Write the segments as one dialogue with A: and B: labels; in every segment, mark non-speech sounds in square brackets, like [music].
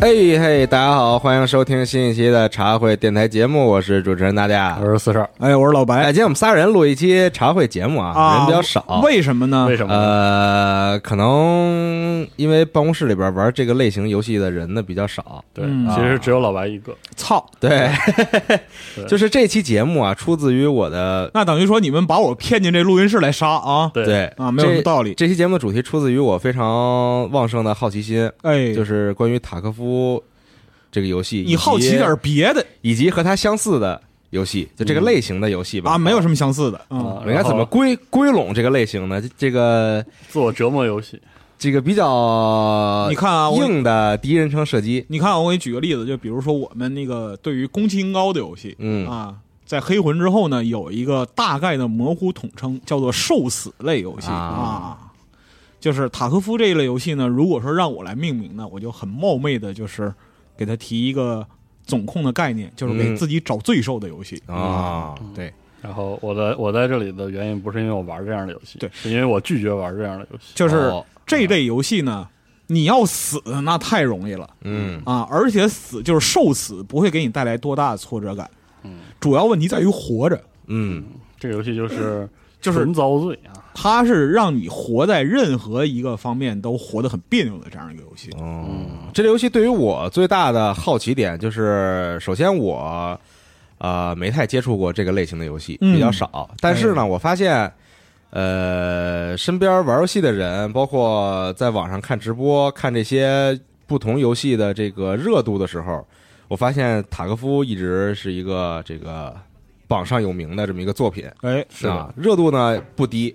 A: 嘿哎嘿，大家好，欢迎收听新一期的茶会电台节目，我是主持人大家。
B: 我是四少，
C: 哎，我是老
A: 哎，
C: 白
A: 今天我们仨人录一期茶会节目啊，
C: 啊，
A: 人比较少。
C: 为什么呢？
B: 为什么？
A: 呃，可能因为办公室里边玩这个类型游戏的人呢比较少。
B: 对
C: 嗯，啊
B: 其实只有老白一个。
C: 操，
A: 对，
B: 对
A: 就是这期节目啊，出自于我的
C: 那等于说你们把我骗进这录音室来杀啊？
B: 对
A: 对
C: 啊没有什么道理
A: 这。这期节目的主题出自于我非常旺盛的好奇心，
C: 哎，
A: 就是关于塔科夫这个游戏，以
C: 你好奇
A: 及
C: 点儿别的
A: 以及和它相似的游戏，就这个类型的游戏吧。
C: 啊，没有什么相似的。嗯，
B: 啊
A: 我应该怎么归归拢这个类型呢？这这个
B: 自我折磨游戏？
A: 这个比较
C: 你看啊，我
A: 硬的第一人称射击，
C: 你看啊，我给你举个例子，就比如说我们那个对于攻击音高的游戏
A: 嗯，
C: 啊，在黑魂之后呢，有一个大概的模糊统称，叫做受死类游戏
A: 啊
C: 啊。就是塔科夫这一类游戏呢，如果说让我来命名呢，我就很冒昧的，就是给他提一个总控的概念，就是给
A: 嗯
C: 自己找罪受的游戏
A: 啊
C: 对，
B: 然后我在我在这里的原因不是因为我玩这样的游戏，
C: 对
B: 是因为我拒绝玩这样的游戏。
C: 就是
A: 哦
C: 这类游戏呢，你要死那太容易了
A: 嗯
C: 啊，而且死就是受死不会给你带来多大的挫折感，
B: 嗯，
C: 主要问题在于活着，
A: 嗯
B: 这个游戏就是
C: [clears throat] 就是
B: 纯遭罪啊！
C: 它是让你活在任何一个方面都活得很别扭的这样一个游戏。
A: 哦，
B: 嗯，
A: 这类游戏对于我最大的好奇点就是，首先我呃没太接触过这个类型的游戏，
C: 嗯
A: 比较少，但是呢，我发现。呃，身边玩游戏的人，包括在网上看直播、看这些不同游戏的这个热度的时候，我发现塔科夫一直是一个这个榜上有名的这么一个作品。
C: 哎，
B: 的
A: 啊，热度呢不低，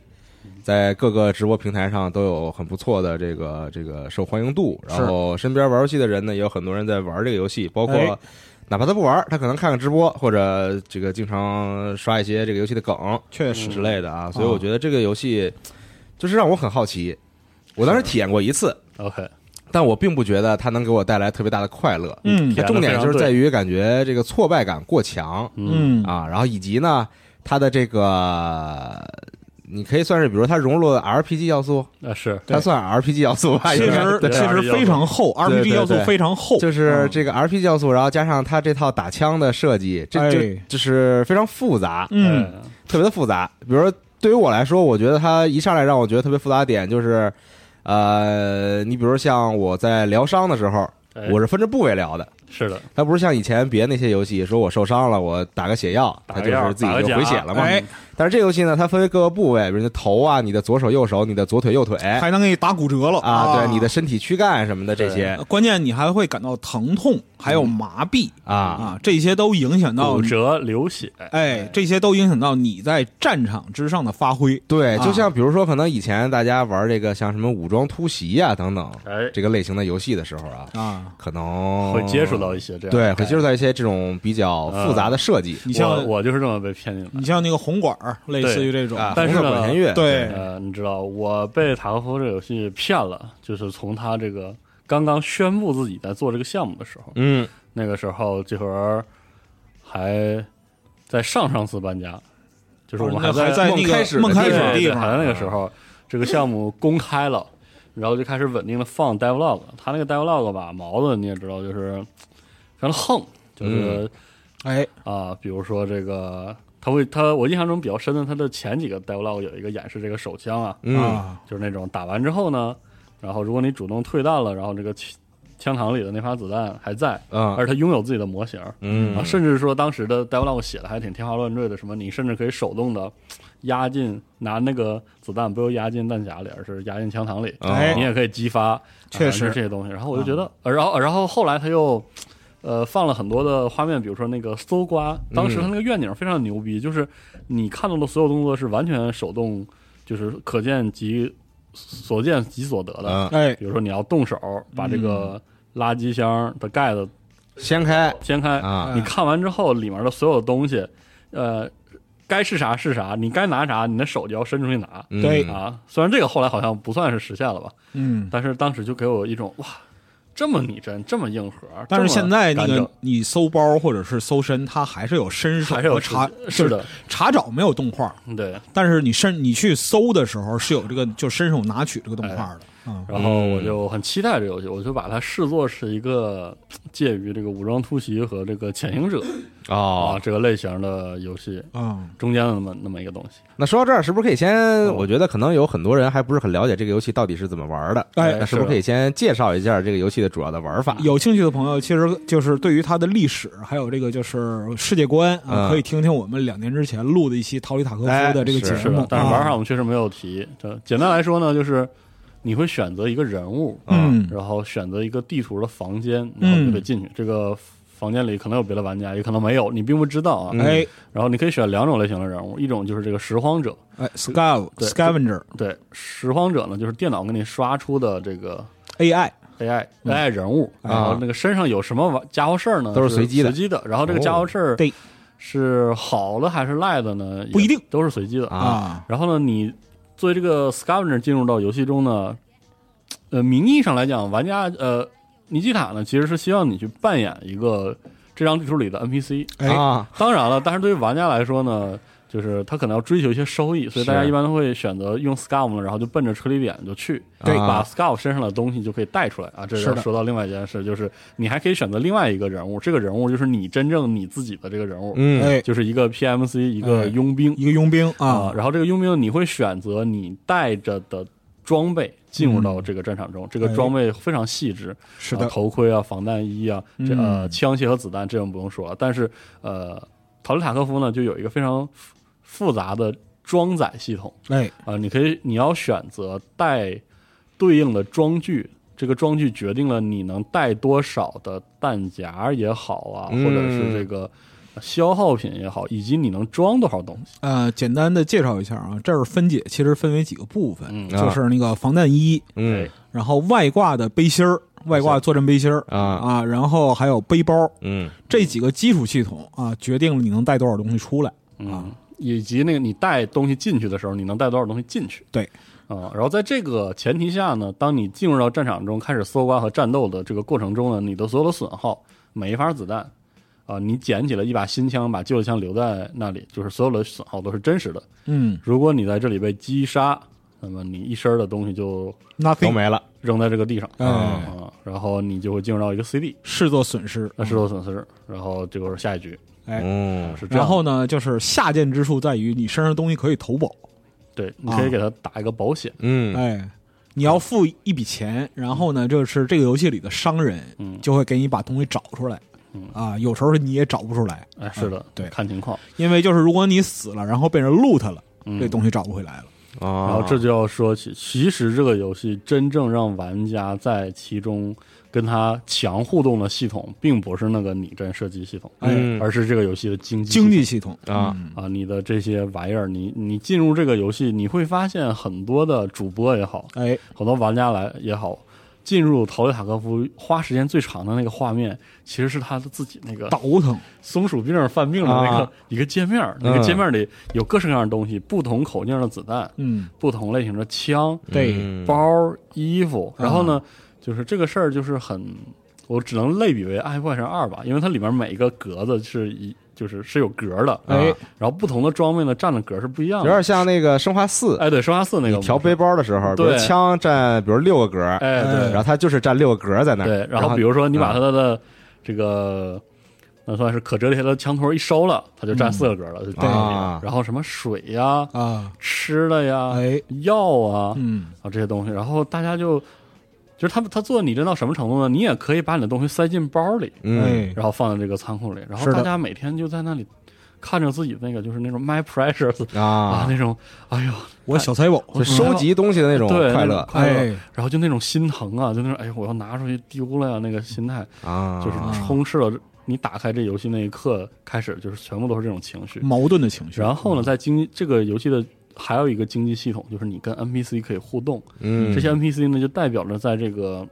A: 在各个直播平台上都有很不错的这个这个受欢迎度。然后身边玩游戏的人呢，也有很多人在玩这个游戏，包括
C: 哎
A: 哪怕他不玩，他可能看看直播或者这个经常刷一些这个游戏的梗
C: 确
A: 之类的啊。所以我觉得这个游戏就是让我很好奇。我当时体验过一次，
B: OK，
A: 但我并不觉得它能给我带来特别大的快乐。
C: 嗯
A: 它
B: 体验得
A: 重点就是
B: 非常对
A: 在于感觉这个挫败感过强
C: 嗯
A: 啊，然后以及呢，它的这个你可以算是，比如它融入了 RPG 要素，
B: 那是
A: 它算 RPG 要素吧？
C: 其
A: 应该
C: 实
B: 对
C: 其实非常厚
A: 对对对
C: ，RPG 要素非常厚，
B: 嗯
A: 就是这个 RPG 要素，然后加上它这套打枪的设计，这就
C: 哎
A: 就是非常复杂，
B: 哎
C: 嗯，
A: 特别的复杂。比如说，对于我来说，我觉得它一上来让我觉得特别复杂的点就是，呃，你比如像我在疗伤的时候，
B: 哎
A: 我是分着部位疗的，
B: 是的，
A: 它不是像以前别那些游戏，说我受伤了，我打个血药，
B: 打
A: 它
B: 个
A: 就
B: 药
A: 是自己
B: 打个
A: 就
B: 甲
A: 回血了嘛。
C: 哎，
A: 但是这游戏呢，它分为各个部位，比如你的头啊，你的左手、右手，你的左腿、右腿
C: 还能给你打骨折了
A: 啊，对，你的身体躯干什么的这些
C: 关键你还会感到疼痛，还有麻痹
A: 啊，
C: 啊，这些都影响到
B: 骨，折流血，
C: 哎，这些都影响到你在战场之上的发挥。
A: 对，
C: 啊
A: 就像比如说，可能以前大家玩这个像什么武装突袭呀、等等
B: 哎，
A: 这个类型的游戏的时候啊，
C: 啊，
A: 可能
B: 会接触到一些这样的哎概
A: 对，
B: 念，
A: 会接触到一些这种比较复杂的设计
C: 你像
B: 我我就是这么被骗进来的。
C: 你像那个红管儿，类似于这种，
A: 啊，
B: 但是
A: 红
B: 呢
A: 色管弦乐，
C: 对
B: 呃，你知道我被塔科夫这个游戏骗了，就是从他这个刚刚宣布自己在做这个项目的时候，
A: 嗯，
B: 那个时候集合还在上上次搬家，就是我们
C: 哦
B: 在
C: 那在
A: 梦
C: 那
A: 开
C: 个
A: 始
C: 梦
A: 的
C: 开
B: 对
C: 始
A: 地
C: 的
A: 方
C: 地
B: 对
C: 方嗯
B: 还在那个时候，这个项目公开了，然后就开始稳定的放 devlog。他那个 devlog 吧，毛子你也知道，就是非常的横，就是、
C: 哎，
B: 啊，比如说这个，他会他我印象中比较深的，他的前几个 devlog 有一个演示这个手枪啊，
A: 嗯
C: 啊，
B: 就是那种打完之后呢，然后如果你主动退弹了，然后这个枪枪膛里的那发子弹还在，
A: 啊
B: 而且他拥有自己的模型。
A: 嗯
B: 啊，甚至说当时的 devlog 写的还挺天花乱坠的，什么你甚至可以手动的压进，拿那个子弹不是压进弹匣里，而是压进枪膛里，
A: 哎
B: 你也可以激发，
C: 确
B: 啊
C: 实
B: 就这些东西。然后我就觉得，呃然后然后后来他又。呃，放了很多的画面，比如说那个搜刮，当时他那个愿景非常牛逼，就是你看到的所有动作是完全手动，就是可见即所见即所得的。
A: 嗯，
C: 哎，
B: 比如说你要动手把这个垃圾箱的盖子
A: 掀开
B: 掀开，
A: 啊
B: 你看完之后，里面的所有东西，呃，该是啥是啥，你该拿啥，你的手就要伸出去拿、
A: 嗯
C: 对
B: 啊。虽然这个后来好像不算是实现了吧，
C: 嗯，
B: 但是当时就给我一种哇，这么拟真，这么硬核。
C: 但是现在那
B: 这
C: 个
B: 么
C: 你搜包或者是搜身，它还是有伸手
B: 还是有
C: 和查，
B: 是的，
C: 查找没有动画，
B: 干整对。
C: 但是你伸你去搜的时候是有这个就伸手拿取这个动画的，嗯，
B: 然后我就很期待这游戏，我就把它视作是一个介于这个武装突袭和这个潜行者啊
A: 哦。
B: 这个类型的游戏
C: 嗯，
B: 中间的那么那么一个东西。
A: 那说到这儿，是不是可以先？
B: 嗯
A: 我觉得可能有很多人还不是很了解这个游戏到底是怎么玩的，
C: 哎
A: 那是不是可以先介绍一下这个游戏的主要的玩法？
C: 有兴趣的朋友，其实就是对于它的历史，还有这个就是世界观啊，
A: 嗯
C: 可以听听我们两年之前录的一期《逃离塔科夫》的这个节
A: 哎
B: 是
C: 目
B: 的，。但是玩
C: 啊
B: 法我们确实没有提。这简单来说呢，就是你会选择一个人物，啊
C: 嗯
B: 然后选择一个地图的房间，然后就得进去。这个房间里可能有别的玩家，也可能没有，你并不知道啊。
C: 哎
B: 然后你可以选两种类型的人物，一种就是这个拾荒者，
C: 哎，Scav
B: 对
C: Scavenger
B: 对，拾荒者呢就是电脑给你刷出的这个
C: AI
B: AI、AI
C: 嗯
B: 人物，然
C: 啊
B: 后那个身上有什么玩家伙事儿呢？
A: 都是
B: 是
A: 随机的
B: 随机的。然后这个家伙事儿
C: 哦对
B: 是好的还是赖的呢？
C: 不一定，
B: 都是随机的
A: 啊
C: 啊，
B: 然后呢，你作为这个 scavenger 进入到游戏中呢，呃，名义上来讲，玩家呃，尼基塔呢其实是希望你去扮演一个这张地图里的 NPC。
C: 哎
A: 啊，
B: 当然了，但是对于玩家来说呢，就是他可能要追求一些收益，所以
A: 是
B: 大家一般都会选择用 scav 了，然后就奔着撤离点就去，啊
A: 对
B: 把 scav 身上的东西就可以带出来啊。这
C: 是的
B: 说到另外一件事，就是你还可以选择另外一个人物，这个人物就是你真正你自己的这个人物，
A: 嗯，
C: 哎，
B: 就是一个 PMC，一个
C: 哎
B: 佣兵。
C: 一个佣兵
B: 啊、
C: 啊，
B: 然后这个佣兵你会选择你带着的装备进入到这个战场中，这个
C: 哎
B: 装备非常细致，
C: 是
B: 啊
C: 的，
B: 头盔啊、防弹衣啊，这呃
C: 嗯
B: 枪械和子弹这种不用说了。但是呃，逃离塔科夫呢就有一个非常复复杂的装载系统
C: 哎，
B: 啊、你可以你要选择带对应的装具。这个装具决定了你能带多少的弹夹也好啊，或者是
C: 嗯
B: 这个呃消耗品也好，以及你能装多少东西。
C: 呃，简单的介绍一下啊，这儿分解其实分为几个部分，
B: 嗯哎
C: 就是那个防弹衣，
A: 嗯，
C: 然后外挂的背心儿外挂坐镇背心儿
A: 啊
C: 啊，然后还有背包
A: 嗯，
C: 这几个基础系统啊，决定了你能带多少东西出来。
B: 嗯，以及那个你带东西进去的时候，你能带多少东西进去？
C: 对，
B: 啊、然后在这个前提下呢，当你进入到战场中开始搜刮和战斗的这个过程中呢，你的所有的损耗，每一发子弹，啊、你捡起了一把新枪，把旧的枪留在那里，就是所有的损耗都是真实的。
C: 嗯
B: 如果你在这里被击杀，那么你一身的东西就
A: 都
C: ，nothing，
A: 没了。
B: 扔在这个地上，
C: 嗯
B: 啊、然后你就会进入到一个 CD，
C: 视作损失。
B: 那失落损失，然后这个是下一局，
A: 嗯，
B: 是这样的。
C: 然后呢，就是下贱之处在于你身上东西可以投保，
B: 对，你
C: 啊
B: 可以给他打一个保险，
A: 嗯，
C: 哎，你要付一笔钱，然后呢，就是这个游戏里的商人
B: 嗯，
C: 就会给你把东西找出来
B: 嗯，
C: 啊，有时候你也找不出来，
B: 哎，是的，
C: 嗯对
B: 看情况。
C: 因为就是如果你死了，然后被人 loot 了，
B: 嗯
C: 这东西找不回来了。
A: 然
B: 然后这就要说起，其实这个游戏真正让玩家在其中跟他强互动的系统，并不是那个拟真射击系统，
A: 嗯
B: 而是这个游戏的经济
C: 经
B: 系
C: 济系统
A: 啊，
C: 嗯
B: 统啊，你的这些玩意儿，你你进入这个游戏，你会发现很多的主播也好，
C: 哎，
B: 很多玩家来也好。进入《逃离塔科夫》花时间最长的那个画面，其实是他的自己那个
C: 倒腾，
B: 松鼠病犯病的那个
A: 啊
B: 一个界面儿，那
A: 嗯
B: 个界面里有各式各样的东西，不同口径的子弹，
C: 嗯，
B: 不同类型的枪、
C: 对，
A: 嗯啊
B: 包、衣服。然后呢，就是这个事儿就是很，我只能类比为《爱怪神二》吧，因为它里面每一个格子是一就是是有格的，
A: 哎
B: 啊然后不同的装备呢占的格是不一样
A: 有点
B: 的。
A: 像那个生化四，
B: 哎，对，生化四那个
A: 你调
B: 不是
A: 背，包的时候，比如
B: 对
A: 枪占比如六个格，
B: 哎，对
A: 然后它就是占六个格在那儿。
B: 对，
A: 嗯然
B: 然后比如说你把
A: 嗯
B: 它的这个。那算是可折叠的枪托一收了，它就占四个格了，就这样
A: 嗯啊
B: 然后什么水呀、
C: 啊，
B: 吃的呀、
C: 哎
B: 药啊、
C: 嗯，
B: 啊这些东西，然后大家就就是他他做拟真到什么程度呢？你也可以把你的东西塞进包里，
A: 嗯，
C: 哎，
B: 然后放在这个仓库里，然后
C: 是的
B: 大家每天就在那里看着自己那个就是那种 my precious 啊
A: 啊，
B: 那种，哎呦，
C: 我小财
B: 啊
C: 宝，
A: 就收集东西的那种
B: 对
A: 快
B: 那
A: 乐
B: 种快乐，
C: 哎，
B: 然后就那种心疼啊，就那种哎呦我要拿出去丢了呀那个心态，
A: 啊，
B: 就是充斥了你打开这游戏那一刻开始，就是全部都是这种情绪。
C: 矛盾的情绪。
B: 然后呢，在经这个游戏的还有一个经济系统，就是你跟 NPC 可以互动，
A: 嗯
B: 这些 NPC 呢，就代表着在这个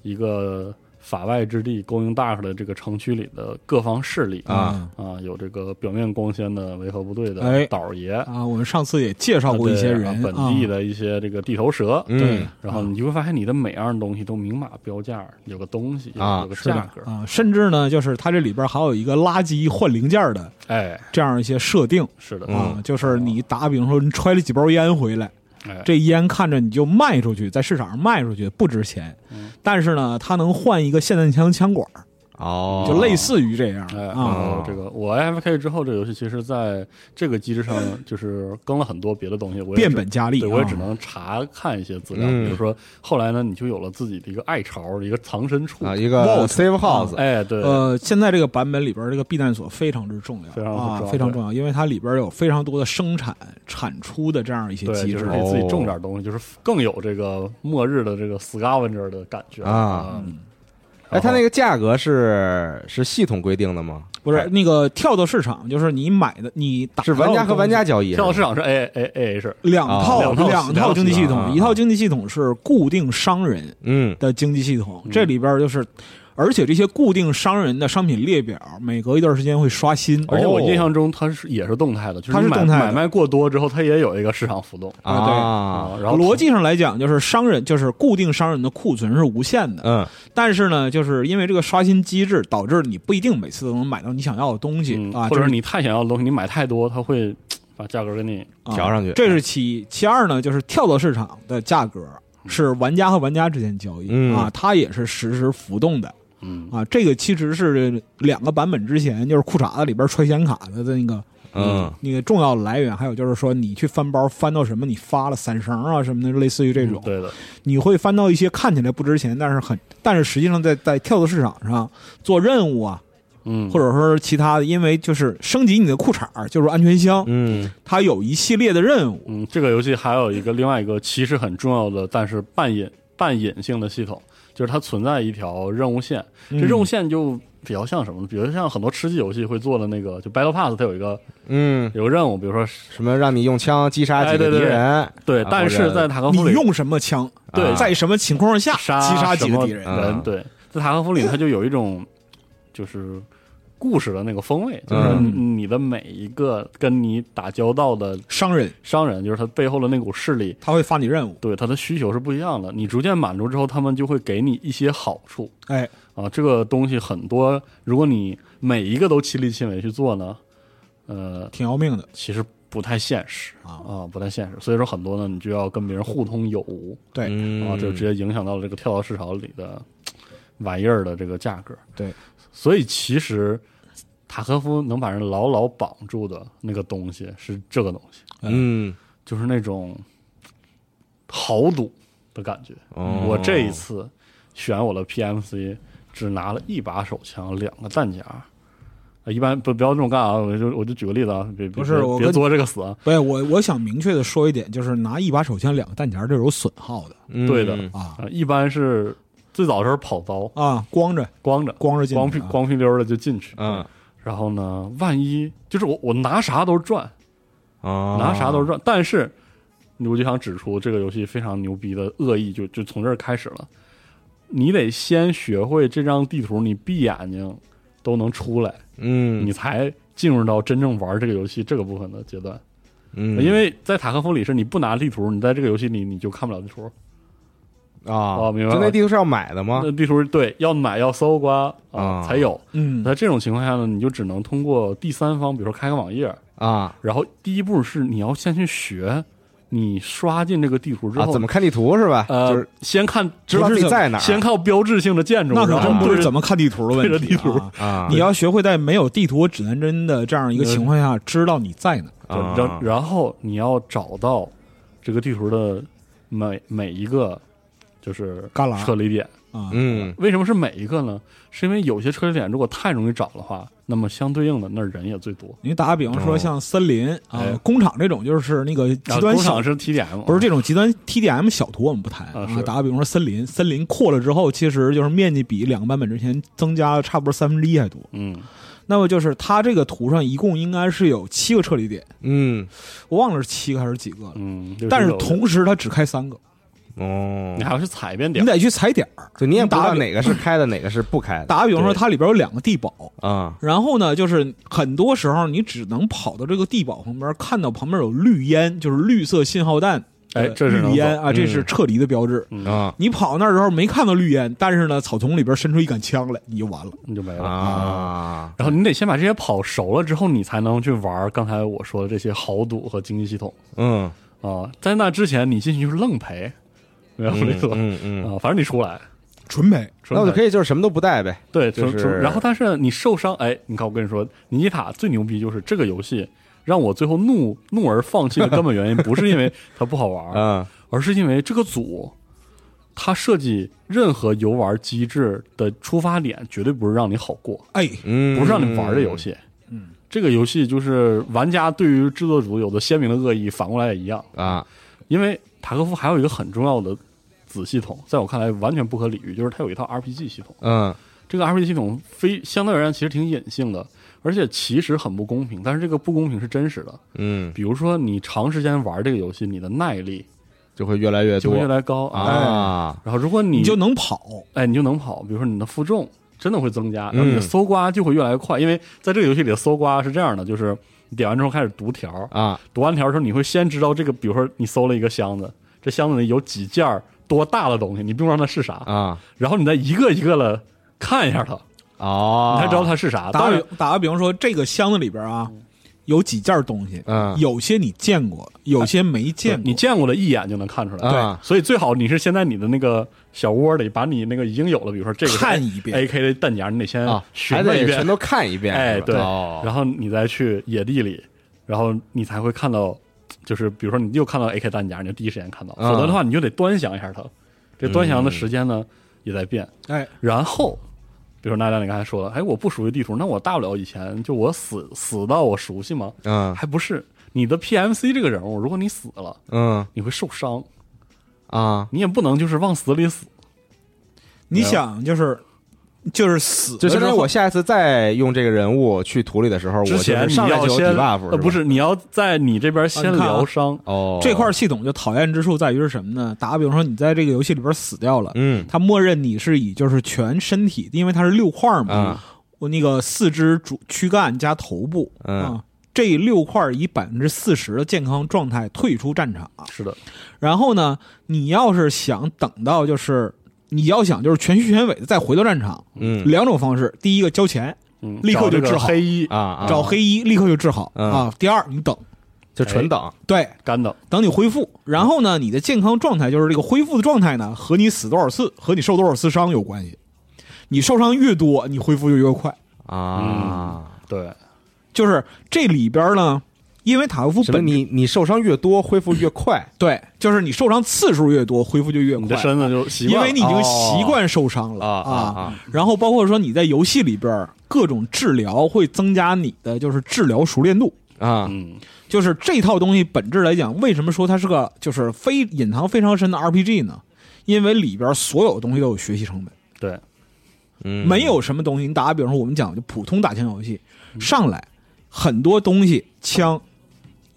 B: 一个法外之地供应大 c 的这个城区里的各方势力
A: 啊
B: 啊，有这个表面光鲜的维和部队
C: 哎
B: 的倒爷，
C: 啊，我们上次也介绍过一些
B: 啊对
C: 人，啊
B: 本地
C: 的，
B: 的一些这个地头蛇，
A: 嗯
B: 然后你就会发现你的每样东西都明码标价，有个东西
A: 啊
B: 有个
C: 是的
B: 价格，
C: 啊，甚至呢，就是它这里边还有一个垃圾换零件的
B: 哎，
C: 这样一些设定
B: 是的，
A: 嗯
C: 啊，就是你打比方说，你揣了几包烟回来，
B: 哎，
C: 这烟看着你就卖出去，在市场上卖出去不值钱，
B: 嗯
C: 但是呢，它能换一个霰弹枪枪管儿，
A: 哦，
C: 就类似于这样
B: 哎，然
C: 啊，
B: 后这个我 FK 之后，这个游戏其实在这个机制上就是更了很多别的东西，我也
C: 变
B: 只
C: 本加厉。
B: 对，我也
C: 啊
B: 只能查看一些资料，
A: 嗯
B: 比如说后来呢，你就有了自己的一个爱巢，一个藏身处。
A: 啊，一个 save house，
B: 哎，对，
C: 呃，现在这个版本里边这个避难所非常之重要，
B: 非常之重
C: 啊，
B: 要
C: 非常重要，因为它里边有非常多的生产产出的这样一些
B: 对，
C: 机
B: 就是
C: 制。
B: 你自己种点东西，就是更有这个末日的这个 scavenger 的感觉
A: 啊
B: 嗯
A: 哎，它那
B: 个
A: 个价格是是系统规定的吗？
C: 不是
A: 哎，
C: 那个跳蚤市场，就是你买的，你
A: [laughs]
C: 打
A: 是玩家和玩家交易是
B: 跳
A: 吗，
B: 蚤市场是 A A A H，
C: 两
A: 啊
C: 套
B: 两套
C: 两
B: 两
C: 套
B: 套
C: 经济系统
A: 啊，
C: 一套经济系统是固定商人
A: 嗯
C: 的经济系统，这里边就是，而且这些固定商人的商品列表每隔一段时间会刷新，
B: 而且我
A: 哦
B: 印象中它是也是动态的，就是
C: 它
B: 你
C: 是
B: 买
C: 动态的
B: 买卖过多之后，它也有一个市场浮动
C: 啊对
A: 啊，
B: 然后
C: 逻辑上来讲，就是商人就是固定商人的库存是无限的，
A: 嗯
C: 但是呢，就是因为这个刷新机制，导致你不一定每次都能买到你想要的东西、
B: 嗯
C: 啊，
B: 或者
C: 这
B: 是
C: 是
B: 你太想要的东西，你买太多，它会把价格给你
C: 啊
A: 调上去
C: 这
B: 嗯
C: 是其一，其二呢，就是跳蚤市场的价格
B: 嗯
C: 是玩家和玩家之间交易、
A: 嗯
C: 啊，它也是实时浮动的
B: 嗯
C: 啊。这个其实是两个版本之前就是裤衩子里边揣显卡的那个。
A: 嗯，
C: 那个重要的来源，还有就是说，你去翻包翻到什么，你发了散绳啊什么的，类似于这种，
B: 嗯对的，
C: 你会翻到一些看起来不值钱，但是很，但是实际上在在跳蚤市场上做任务啊，
B: 嗯，
C: 或者说是其他的，因为就是升级你的裤衩儿，就是安全箱，
A: 嗯
C: 它有一系列的任务。
B: 嗯，这个游戏还有一个另外一个其实很重要的，但
C: 嗯
B: 嗯是半隐半隐性的系统，就是它存在一条任务线，这任务线就比较像什么呢？比如像很多吃鸡游戏会做的那个，就 Battle Pass 它有一个
A: 嗯，
B: 有个任务，比如说是
A: 什么让你用枪击杀几
B: 哎对
A: 个
B: 对
A: 敌
B: 对
A: 人，
B: 对，
A: 啊
B: 但
A: 或
B: 是
A: 者
B: 在塔科
C: 你
B: 夫里
C: 用什么枪，
B: 对
C: 在什么情况下
B: 杀
C: 击杀几
B: 什么
C: 个敌人？
A: 啊
B: 对，在塔科夫里它就有一种就是故事的那个风味，就是
C: 嗯
B: 你的每一个跟你打交道的
C: 商人
B: 商人，就是他背后的那股势力，
C: 他会发你任务，
B: 对他的需求是不一样的。你逐渐满足之后，他们就会给你一些好处
C: 哎，
B: 啊。这个东西很多，如果你每一个都亲力亲为去做呢，呃，
C: 挺要命的
B: 其实不太现实
C: 啊
B: 啊，不太现实。所以说很多呢，你就要跟别人互通有无
C: 对、
A: 嗯
B: 啊，就直接影响到了这个跳蚤市场里的玩意儿的这个价格。
C: 对，
B: 所以其实塔科夫能把人牢牢绑住的那个东西是这个东西，
A: 嗯，
B: 就是那种豪赌的感觉。
A: 哦
B: 我这一次选我的 PMC 只拿了一把手枪，两个弹夹。呃一般不不要这么干啊！我就我就举个例子啊，别别
C: 不是
B: 别
C: 我
B: 别
C: 跟
B: 作这个死啊！
C: 不是我我想明确的说一点，就是拿一把手枪两个弹夹这是有损耗的
A: 嗯
B: 对的
C: 啊
B: 啊一般是最早的时候跑刀，
C: 啊，光着
B: 光着
C: 光着进去啊
B: 光屁光屁溜的就进去，
A: 嗯
B: 然后呢，万一就是我我拿啥都赚，
A: 啊，
B: 拿啥都是赚。但是，我就想指出这个游戏非常牛逼的恶意就，就从这儿开始了。你得先学会这张地图，你闭眼睛都能出来，
A: 嗯，
B: 你才进入到真正玩这个游戏这个部分的阶段。
A: 嗯，
B: 因为在塔科夫里是你不拿地图，你在这个游戏里你就看不了地图。
A: 啊，
B: 哦明白
A: 就
B: 了
A: 那地图是要买的吗？
B: 那地图对要买要搜刮啊
A: 啊
B: 才有。
C: 嗯
B: 在这种情况下呢，你就只能通过第三方，比如说开个网页，
A: 啊
B: 然后第一步是你要先去学，你刷进这个地图之
A: 啊，
B: 后，
A: 怎么看地图是吧？
B: 呃，
A: 就是
B: 先看
A: 知道
B: 不
A: 自
B: 是
A: 己
B: 怎么
A: 在哪儿
B: 先看标志性的建筑，
C: 那可
B: 然后
C: 真不
B: 对
C: 是
B: 着
C: 怎么看地图的问
B: 对着
C: 题、
B: 地
C: 啊，
B: 图
A: 啊，
C: 你要学会在没有地图指南针的这
B: 嗯
C: 样一个情况下，知道你在哪。
B: 对
A: 啊
B: 然然后你要找到这个地图的每每一个就是
C: 旮旯
B: 撤离点。
C: 啊，
A: 嗯
B: 为什么是每一个呢？是因为有些撤离点如果太容易找的话，那么相对应的那儿人也最多。
C: 你打个比方说，
A: 哦
C: 像森林
B: 哎
C: 啊、工厂这种，就是那个
B: 啊
C: 极端
B: 工
C: 小
B: 厂是 TDM，
C: 不是这种极端 TDM 小图我们不谈
B: 啊是
C: 打个比方说森林，森林扩了之后，其实就是面积比两个版本之前增加了差不多三分之一还多。
B: 嗯，
C: 那么就是它这个图上一共应该是有七个撤离点，
A: 嗯
C: 我忘了是七个还是几个了。
B: 嗯，
C: 但是
B: 69
C: 同时它只开三个，
A: 哦
B: 你，还要去踩遍
C: 你
B: 点儿，
C: 得去踩点儿。
A: 就你也不知
C: 打
A: 道
C: 比
A: 哪个是开的，哪个是不开的
C: 打个比方说，
B: 对
C: 它里边有两个地堡，
A: 啊
C: 然后呢，就是很多时候你只能跑到这个地堡旁边，看到旁边有绿烟，就是绿色信号弹。
B: 哎
C: 呃
B: 这是能
C: 绿烟
B: 走
C: 啊，这是
A: 嗯
C: 撤离的标志。
B: 嗯
A: 啊
C: 你跑那儿的时候没看到绿烟，但是呢，草丛里边伸出一杆枪来，你就完了。
B: 你就没了
A: 啊
B: 然后你得先把这些跑熟了之后，你才能去玩刚才我说的这些豪赌和经济系统
A: 嗯
B: 啊。在那之前，你进去就是愣赔，没有那
A: 嗯
B: 个
A: 嗯嗯，
B: 啊，反正你出来，
C: 纯赔，
B: 纯
A: 那我就可
B: 以
A: 以就是什么都不带呗，
B: 对，
A: 就
B: 纯
A: 是
B: 纯。然后但是你受伤，哎，你看我跟你说，尼基塔最牛逼就是这个游戏让我最后怒怒而放弃的根本原因，不是因为它不
A: [laughs]
B: 好玩，
A: 嗯
B: 而是因为这个组。它设计任何游玩机制的出发点，绝对不是让你好过，
C: 哎，
A: 嗯，
B: 不是让你玩这游戏。
C: 嗯，
B: 这个游戏就是玩家对于制作组有着鲜明的恶意，反过来也一样。
A: 啊，
B: 因为塔科夫还有一个很重要的子系统，在我看来完全不可理喻，就是它有一套 RPG 系统。
A: 嗯
B: 这个 RPG 系统非相对而言其实挺隐性的，而且其实很不公平，但是这个不公平是真实的。
A: 嗯，
B: 比如说你长时间玩这个游戏，你的耐力
A: 就会越来越
B: 就会越
A: 多
B: 来越高哎
A: 啊，
B: 然后如果你
C: 你就能跑。
B: 哎，你就能跑。比如说你的负重真的会增加，然后你的搜刮就会越来越快，因为在这个游戏里的搜刮是这样的，就是你点完之后开始读条儿，
A: 啊
B: 读完条儿的时候你会先知道这个，比如说你搜了一个箱子，这箱子里有几件儿多大的东西，你不知道它是啥，
A: 啊
B: 然后你再一个一个的看一下它，
A: 哦，
B: 你才知道它是啥。
C: 打
B: 啊当然嗯
C: 个，比打个比方说，这个箱子里边啊，有几件东西，
B: 啊
A: 嗯
C: 有些你见过，有些没见过。
B: 你见过的一眼就能看出来。
A: 啊
B: 所以最好你是先在你的那个小窝里把你那个已经有了，比如说这个是
C: 看一遍
B: A K 的弹夹，你得先
A: 啊，
B: 询
A: 还
B: 问一
A: 得
B: 遍，
A: 全都看一遍，
B: 哎，
A: 是吧
B: 对，
A: 哦
B: 然后你再去野地里，然后你才会看到，就是比如说你又看到 AK 弹夹，你就第一时间看到，
A: 啊
B: 否则的话你就得端详一下它。这端详的时间呢、
A: 嗯
B: 也在变，
C: 哎，
B: 然后。比如说娜娜，你刚才说了，哎，我不熟悉地图，那我大不了以前就我死死到我熟悉吗？
A: 嗯
B: 还不是你的 PMC 这个人物，如果你死了，
A: 嗯
B: 你会受伤，
A: 啊
B: 你也不能就是往死里死。
C: 你想就是就是死了之
A: 就
C: 后，
A: 相当于我下一次再用这个人物去土里的时候，我
B: 之
A: 就是
B: 前你
A: 上来
B: 要
A: 就有
B: 先
A: debuff，
B: 呃不
A: 是吧
B: 是你要在你这边
C: 啊
B: 先
C: 你看啊
B: 疗伤，
A: 哦
C: 这块系统就讨厌之处在于是什么呢？打个比方说，你在这个游戏里边死掉了，
A: 嗯
C: 它默认你是以就是全身体，因为它是六块嘛，
A: 啊
C: 我那个四肢主躯干加头部，
A: 嗯
C: 啊，这六块以百分之四十的健康状态退出战场。
B: 是的，
C: 然后呢，你要是想等到就是你要想就是全虚全尾的再回到战场，
A: 嗯
C: 两种方式：第一个交钱，
B: 嗯，
C: 立刻
B: 找这
C: 就
B: 个
C: 治好
B: 黑衣
A: 啊啊，
C: 找黑衣立刻就治好
A: 嗯
C: 啊；第二，你等，
B: 哎
A: 就纯等
C: 对，
B: 干的，
C: 等你恢复，然后呢，你的健康状态就是这个恢复的状态呢，和你死多少次、和你受多少次伤有关系。你受伤越多，你恢复就越快。
A: 啊。
B: 嗯对，
C: 就是这里边呢，因为塔科夫
A: 什么？
C: 本
A: 你你受伤越多，恢复越快
C: 对，就是你受伤次数越多，恢复就越
B: 你的
C: 快，
B: 身子就习
C: 啊因
B: 惯了，
C: 为你已经习惯受伤了
A: 哦啊啊啊！
C: 然后包括说你在游戏里边各种治疗会增加你的就是治疗熟练度。
A: 啊！
B: 嗯，
C: 就是这套东西本质来讲，为什么说它是个就是非隐藏非常深的 RPG 呢？因为里边所有东西都有学习成本。
B: 对，
A: 嗯
C: 没有什么东西。你打个比方说，我们讲就普通打枪游戏，
A: 嗯
C: 上来很多东西，枪、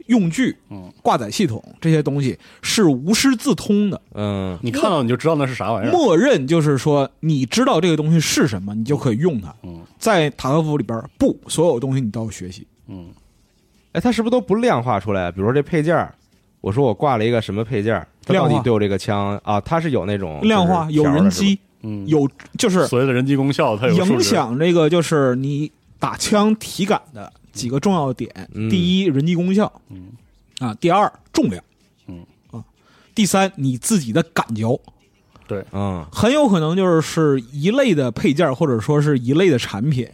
C: 用具
B: 嗯、
C: 挂载系统这些东西是无师自通的。
A: 嗯
B: 你看到你就知道那是啥玩意儿，
C: 默认就是说，你知道这个东西是什么，你就可以用它
B: 嗯。
C: 在塔科夫里边，不，所有东西你都要学习。
B: 嗯，
A: 哎，它是不是都不量化出来？比如说这配件儿，我说我挂了一个什么配件儿，它到
C: 量
A: 底
C: 化
A: 对我这个枪啊，它是有那种
C: 量
A: 就
C: 化
A: 是
C: 有
A: 条儿的
C: 人
A: 是吧
C: 机，
B: 嗯，
C: 有就是
B: 所谓的人机功效，它有数值
C: 影，响这个就是你打枪体感的几个重要点：
A: 嗯
C: 第一，人机功效，
B: 嗯
C: 啊；第二，重量，
B: 嗯
C: 啊；第三，你自己的感觉，
A: 嗯
C: 很有可能就是是一类的配件或者说是一类的产品，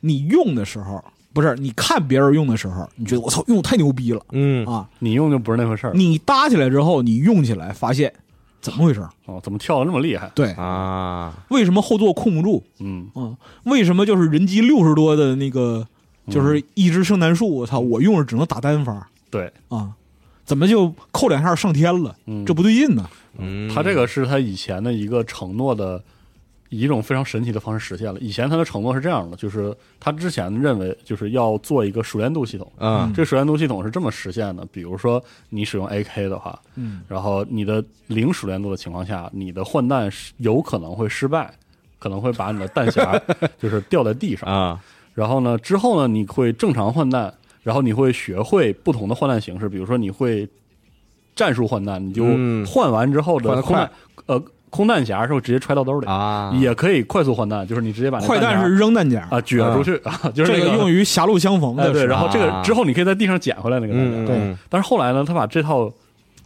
C: 你用的时候不是你看别人用的时候，你觉得我操用的太牛逼了
A: 嗯
C: 啊！
B: 你用就不是那回事儿
C: 你搭起来之后，你用起来发现怎么回事？
B: 哦，怎么跳的那么厉害？
C: 对，
A: 啊
C: 为什么后座控不住？
B: 嗯，
C: 啊，为什么就是人机六十多的那个，
B: 嗯
C: 就是一枝圣诞树，我操，我用着只能打单发
B: 对，
C: 啊，怎么就扣两下上天了？
B: 嗯
C: 这不对劲呢。
A: 嗯，
B: 他这个是他以前的一个承诺的，以一种非常神奇的方式实现了。以前他的承诺是这样的，就是他之前认为就是要做一个熟练度系统，
A: 嗯
B: 这个熟练度系统是这么实现的，比如说你使用 AK 的话，
C: 嗯，
B: 然后你的零熟练度的情况下，你的换弹是有可能会失败，可能会把你的
C: [laughs]
B: 弹匣就是掉在地上。
A: 啊
B: 然后呢，之后呢，你会正常换弹，然后你会学会不同的换弹形式，比如说你会战术换弹，你就
A: 嗯
B: 换完之后
A: 换
B: 的
A: 得
B: 空弹
A: 快，
B: 呃，空弹匣是会直接揣到兜里，
A: 啊
B: 也可以快速换弹，就是你直接把那
C: 快弹
B: 弹匣
C: 是扔弹夹
B: 啊，撅出去啊，就是
C: 这
B: 那
C: 个用于狭路相逢
B: 哎
C: 的
B: 对，
C: 时
B: 然
C: 候，
B: 后这个
A: 啊
B: 之后你可以在地上捡回来那个弹夹。
A: 嗯
C: 对
B: 但是后来呢，他把这套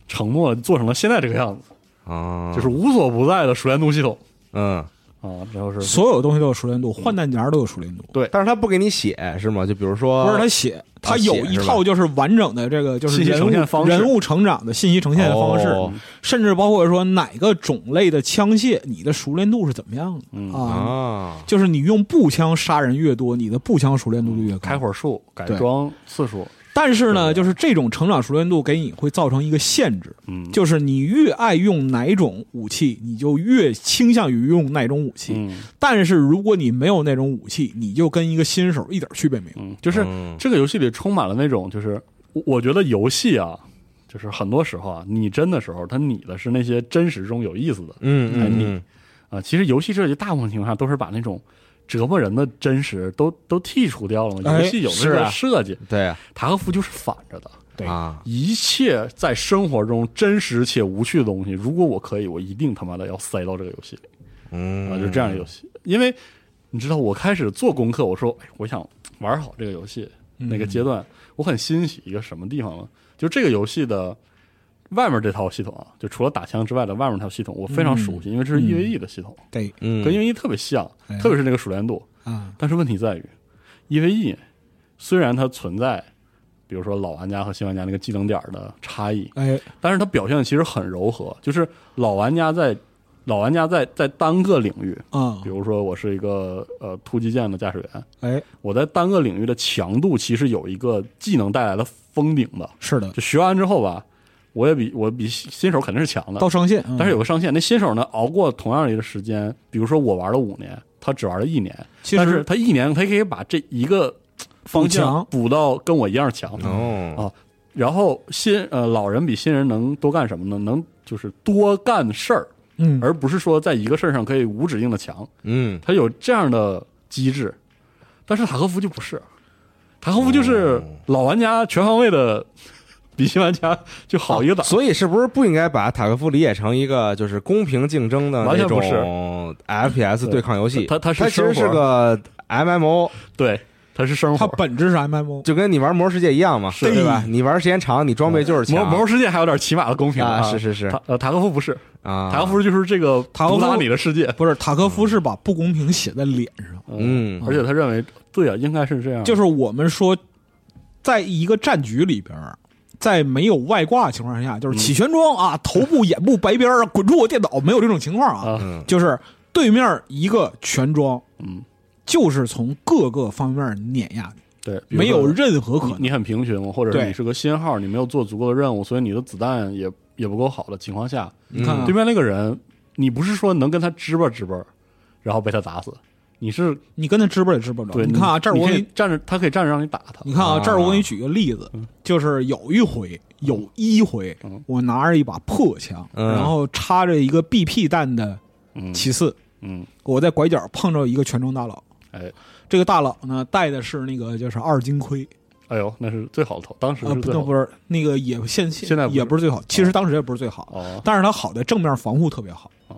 B: 承诺做成了现在这个样子，
A: 啊，
B: 就是无所不在的熟练度系统
A: 嗯，
B: 啊，然后是
C: 所有东西都有熟练度，换弹夹都有熟练度。
A: 但是他不给你写是吗？就比如说
B: 啊
C: 不是他写，他有
A: 写
C: 一
A: 是吧
C: 套就是完整的这个就是
B: 信息
C: 人
B: 呈现方
C: 物
B: 式
C: 人物成长的信息呈现的方式
A: 哦，
C: 甚至包括说哪个种类的枪械，你的熟练度是怎么样
B: 嗯
C: 的啊？
A: 啊
C: 就是你用步枪杀人越多，你的步枪熟练度就越高。
B: 嗯开火数、改
C: 对
B: 装次数，
C: 但是呢，
B: 对
C: 就是这种成长熟练度给你会造成一个限制，
B: 嗯，
C: 就是你越爱用哪种武器，你就越倾向于用哪种武器。
B: 嗯
C: 但是如果你没有那种武器，你就跟一个新手一点区别没有。
B: 嗯，就是
A: 嗯
B: 这个游戏里充满了那种，就是我我觉得游戏啊，就是很多时候啊，拟真的时候，它拟的是那些真实中有意思的
A: 嗯嗯
B: 啊。其实游戏设计大部分情况下都是把那种折磨人的真实都都剔除掉了嘛。
C: 哎
B: 游戏有那
A: 是
B: 个
A: 啊
B: 设计，
A: 嗯，对啊
B: 塔科夫就是反着的。
C: 对
A: 啊
B: 一切在生活中真实且无趣的东西，如果我可以，我一定他妈的要塞到这个游戏里
A: 嗯
B: 啊！就是这样的游戏，因为你知道，我开始做功课，我说，哎，我想玩好这个游戏，那个阶
A: 嗯
B: 段，我很欣喜一个什么地方呢？就这个游戏的外面这套系统啊，就除了打枪之外的外面这套系统，我非常熟悉，因为这是 EVE 的系统，
C: 对
A: 嗯
B: 跟 EVE 特别像
C: 哎，
B: 特别是那个熟练度。
C: 啊，
B: 但是问题在于，EVE 虽然它存在，比如说老玩家和新玩家那个技能点儿的差异，
C: 哎，
B: 但是它表现其实很柔和，就是老玩家在老玩家在在单个领域，
C: 啊
B: 比，如说我是一个呃突击舰的驾驶员，
C: 哎，
B: 我在单个领域的强度其实有一个技能带来的封顶的，
C: 是的，
B: 就学完之后吧，我也比我比新新手肯定是强的
C: 到，上线，嗯
B: 但是有个上限，那新手呢熬过同样的一个时间，比如说我玩了五年，他只玩了一年，
C: 其
B: 但是
C: 实
B: 他一年他可以把这一个方向
C: 强
B: 补到跟我一样强。
A: 哦，
B: 然后新呃老人比新人能多干什么呢？能就是多干事儿，
C: 嗯，
B: 而不是说在一个事儿上可以无止境的强。
A: 嗯，
B: 他有这样的机制，但是塔科夫就不是，塔科夫就是
C: 哦
B: 老玩家全方位的比新玩家就好一个档。
A: 哦所以是不是不应该把塔科夫理解成一个就是公平竞争的
B: 完
A: 那
B: 全不是
A: 种 FPS 对抗游戏？
B: 它它是
A: 它其实
B: 生活
A: 是个 MMO，
B: 对，他是生
C: 它
B: 活。
C: 本质是 MMO，
A: 就跟你玩《魔兽世界》一样嘛，
B: 是
A: 对吧？你玩时间长，你装备就是
B: 魔
A: 强。
B: 魔兽世界还有点起码的公平
A: 啊，是是是
B: 塔呃塔科夫不是，
A: 啊，
B: 塔科夫就是这个
C: 塔科
B: 毒
C: 夫
B: 打你的世界，
C: 不是塔科
B: 嗯
C: 夫是把不公平写在脸上，
A: 嗯
B: 而且他认为对啊，应该是这样，
C: 就是我们说，在一个战局里边儿。在没有外挂的情况下，就是起玄
B: 嗯
C: 装啊，头部、眼部白边儿啊，滚出我电脑，没有这种情况啊。
B: 啊，
A: 嗯
C: 就是对面一个全装，
B: 嗯，
C: 就是从各个方面碾压你，
B: 对，比如
C: 没有
B: 说
C: 任何可
B: 你
C: 能。
B: 你很平均，或者是
C: 对
B: 你是个新号，你没有做足够的任务，所以你的子弹也也不够好的情况下，
C: 你看啊
B: 对面那个人，你不是说能跟他支吧支吧，然后被他打死，你是
C: 你跟他支不也支不着。
B: 对，
C: 你看啊，这儿
B: 你
C: 我
B: 可
C: 给
B: 以嗯
C: 你，
B: 站着，他可以站着让你打他，
C: 你看啊，
A: 啊
C: 这儿我给你举个例子，就是有一
B: 嗯
C: 回，有一回，我拿着一把破枪，
A: 嗯
C: 然后插着一个 BP 弹的
B: 嗯
C: 骑士，
B: 嗯，
C: 我在拐角碰着一个全装大佬，
B: 哎，
C: 这个大佬呢戴的是那个就是二金盔，
B: 哎呦，那是最好的头，当时
C: 呃，
B: 是
C: 不
B: 最好
C: 那
B: 的
C: 不是那个也现
B: 现在不是
C: 也不是最好，其实当时也不是最好，
B: 哦，
C: 但是它好在正面防护特别好
B: 哦，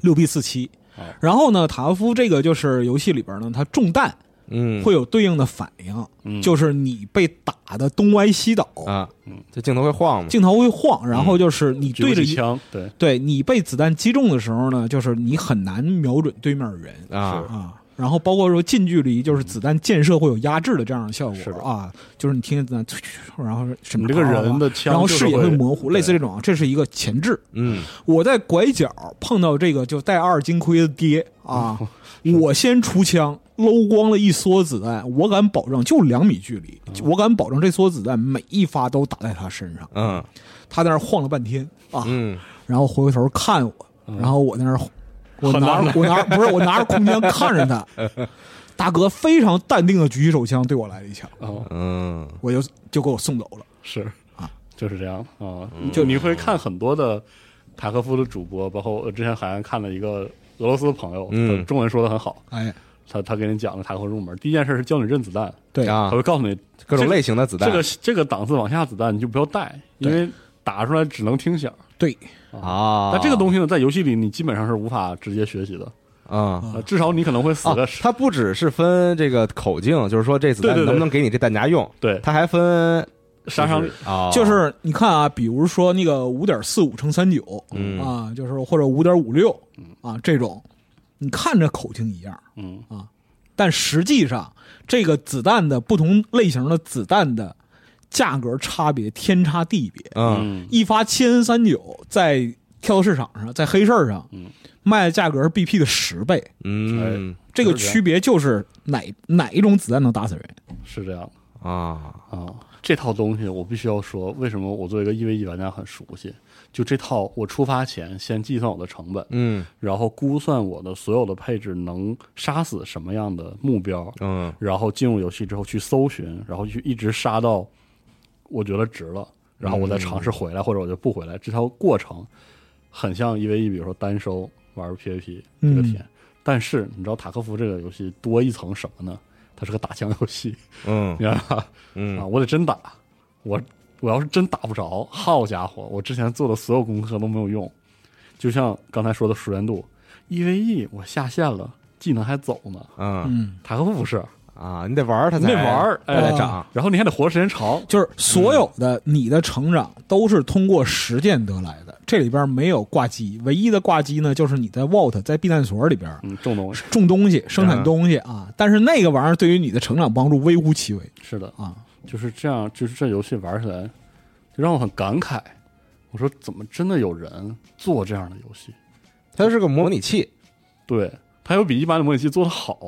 C: 六 B 四七
B: 哦。
C: 然后呢，塔科夫这个就是游戏里边呢，它中弹
A: 嗯
C: 会有对应的反应，
B: 嗯
C: 就是你被打的东歪西倒，
A: 啊，这镜头会晃嘛？
C: 镜头会晃，然后就是你
B: 嗯举不
C: 对着
B: 起
C: 一。啊
B: 枪，对，
C: 对你被子弹击中的时候呢，就是你很难瞄准对面人
B: 嗯
A: 啊
C: 啊。然后包括说近距离，就是子弹溅射会有压制的这样的效
B: 是的
C: 果啊，就是你听见子弹，嗖然后是什
B: 你
C: 么
B: 这个人的枪
C: 然后
B: 就是
C: 视野
B: 会
C: 会模糊，
B: 对
C: 类似这种啊，这是一个前置。
A: 嗯
C: 我在拐角碰到这个就戴二金盔的爹啊，
B: 哦
C: [laughs] 我先出枪，搂光了一梭子弹，我敢保证就两米距离，
B: 哦
C: 我敢保证这梭子弹每一发都打在他身上。
A: 嗯
C: 他在那儿晃了半天啊，
A: 嗯
C: 然后回过头看我，然后我在那儿，我拿
B: 很纳
C: 着
B: 闷
C: 我拿着不是我拿着空枪看着他，大哥非常淡定的举起手枪对我来了一枪，
B: 哦，
A: 嗯，
C: 我就就给我送走了。
B: 是
C: 啊，嗯
B: 就是这样啊，就你会看很多的塔科夫的主播，包括我之前海岸看了一个俄罗斯朋友，
A: 嗯
B: 他中文说的很好，
C: 哎，
B: 他他给你讲了塔科夫入门，第一件事是教你认子弹，
C: 对
B: 他
A: 啊，
B: 会告诉你
A: 各
B: 这
A: 种
B: 个
A: 类型的子弹
B: 这个这个档次往下子弹你就不要带，因为打出来只能听响。
C: 对，
A: 啊，
B: 但这个东西呢，在游戏里你基本上是无法直接学习的，
A: 啊。
B: 呃至少你可能会死
A: 啊
B: 个十。，
A: 它不只是分这个口径，就是说这子
B: 对对
A: 弹
B: 对
A: 能不能给你这弹夹用，
B: [laughs] 对，
A: 它还分
B: 杀伤力
A: 啊，
C: 就是你看啊，比如说那个五点四五乘三九，
A: 嗯
C: 啊，就是或者五点五六，啊这种，你看着口径一样，
B: 嗯
C: 啊，但实际上这个子弹的不同类型的子弹的价格差别天差地别，
A: 嗯
B: 嗯
C: 一发七 N 三九在跳蚤市场上，在黑市儿上
B: 嗯
C: 卖的价格是 BP 的十倍，
A: 嗯
C: 这个
B: 是这样
C: 区别就是哪哪一种子弹能打死人。
B: 是这样的
A: 啊，
B: 啊。这套东西我必须要说，为什么我作为一个一 E v 一玩家很熟悉？就这套，我出发前先计算我的成本，
A: 嗯
B: 然后估算我的所有的配置能杀死什么样的目标，
A: 嗯
B: 然后进入游戏之后去搜寻，然后去一直杀到我觉得值了，然后我再尝试回来，或者我就不回来。这条过程很像一 v 一，比如说单收玩 PVP 这个
C: 嗯
B: 甜。但是你知道塔科夫这个游戏多一层什么呢？它是个打枪游戏，
A: 嗯
B: 你知道吧？啊，
A: 嗯
B: 我得真打，我我要是真打不着，好家伙，我之前做的所有功课都没有用。就像刚才说的熟练度，一 v 一我下线了，技能还走呢。
A: 嗯
C: 嗯，
B: 塔科夫不是，
A: 啊，你得玩儿它
B: 你
A: 才
B: 得玩儿，
A: 它
B: 哎，
A: 才长，
B: 然后你还得活时间长，
C: 就是所有的你的成长都是通过实践得来的，这里边没有挂机，唯一的挂机呢就是你在 Vault 在避难所里边
B: 嗯，种东西
C: 种东西、生产东西啊，但是那个玩意儿对于你的成长帮助微乎其微
B: 是的，
C: 啊。
B: 就是这样，就是这游戏玩起来，就让我很感慨。我说，怎么真的有人做这样的游戏？
A: 它是个模拟器，
B: 对，它又比一般的模拟器做的好，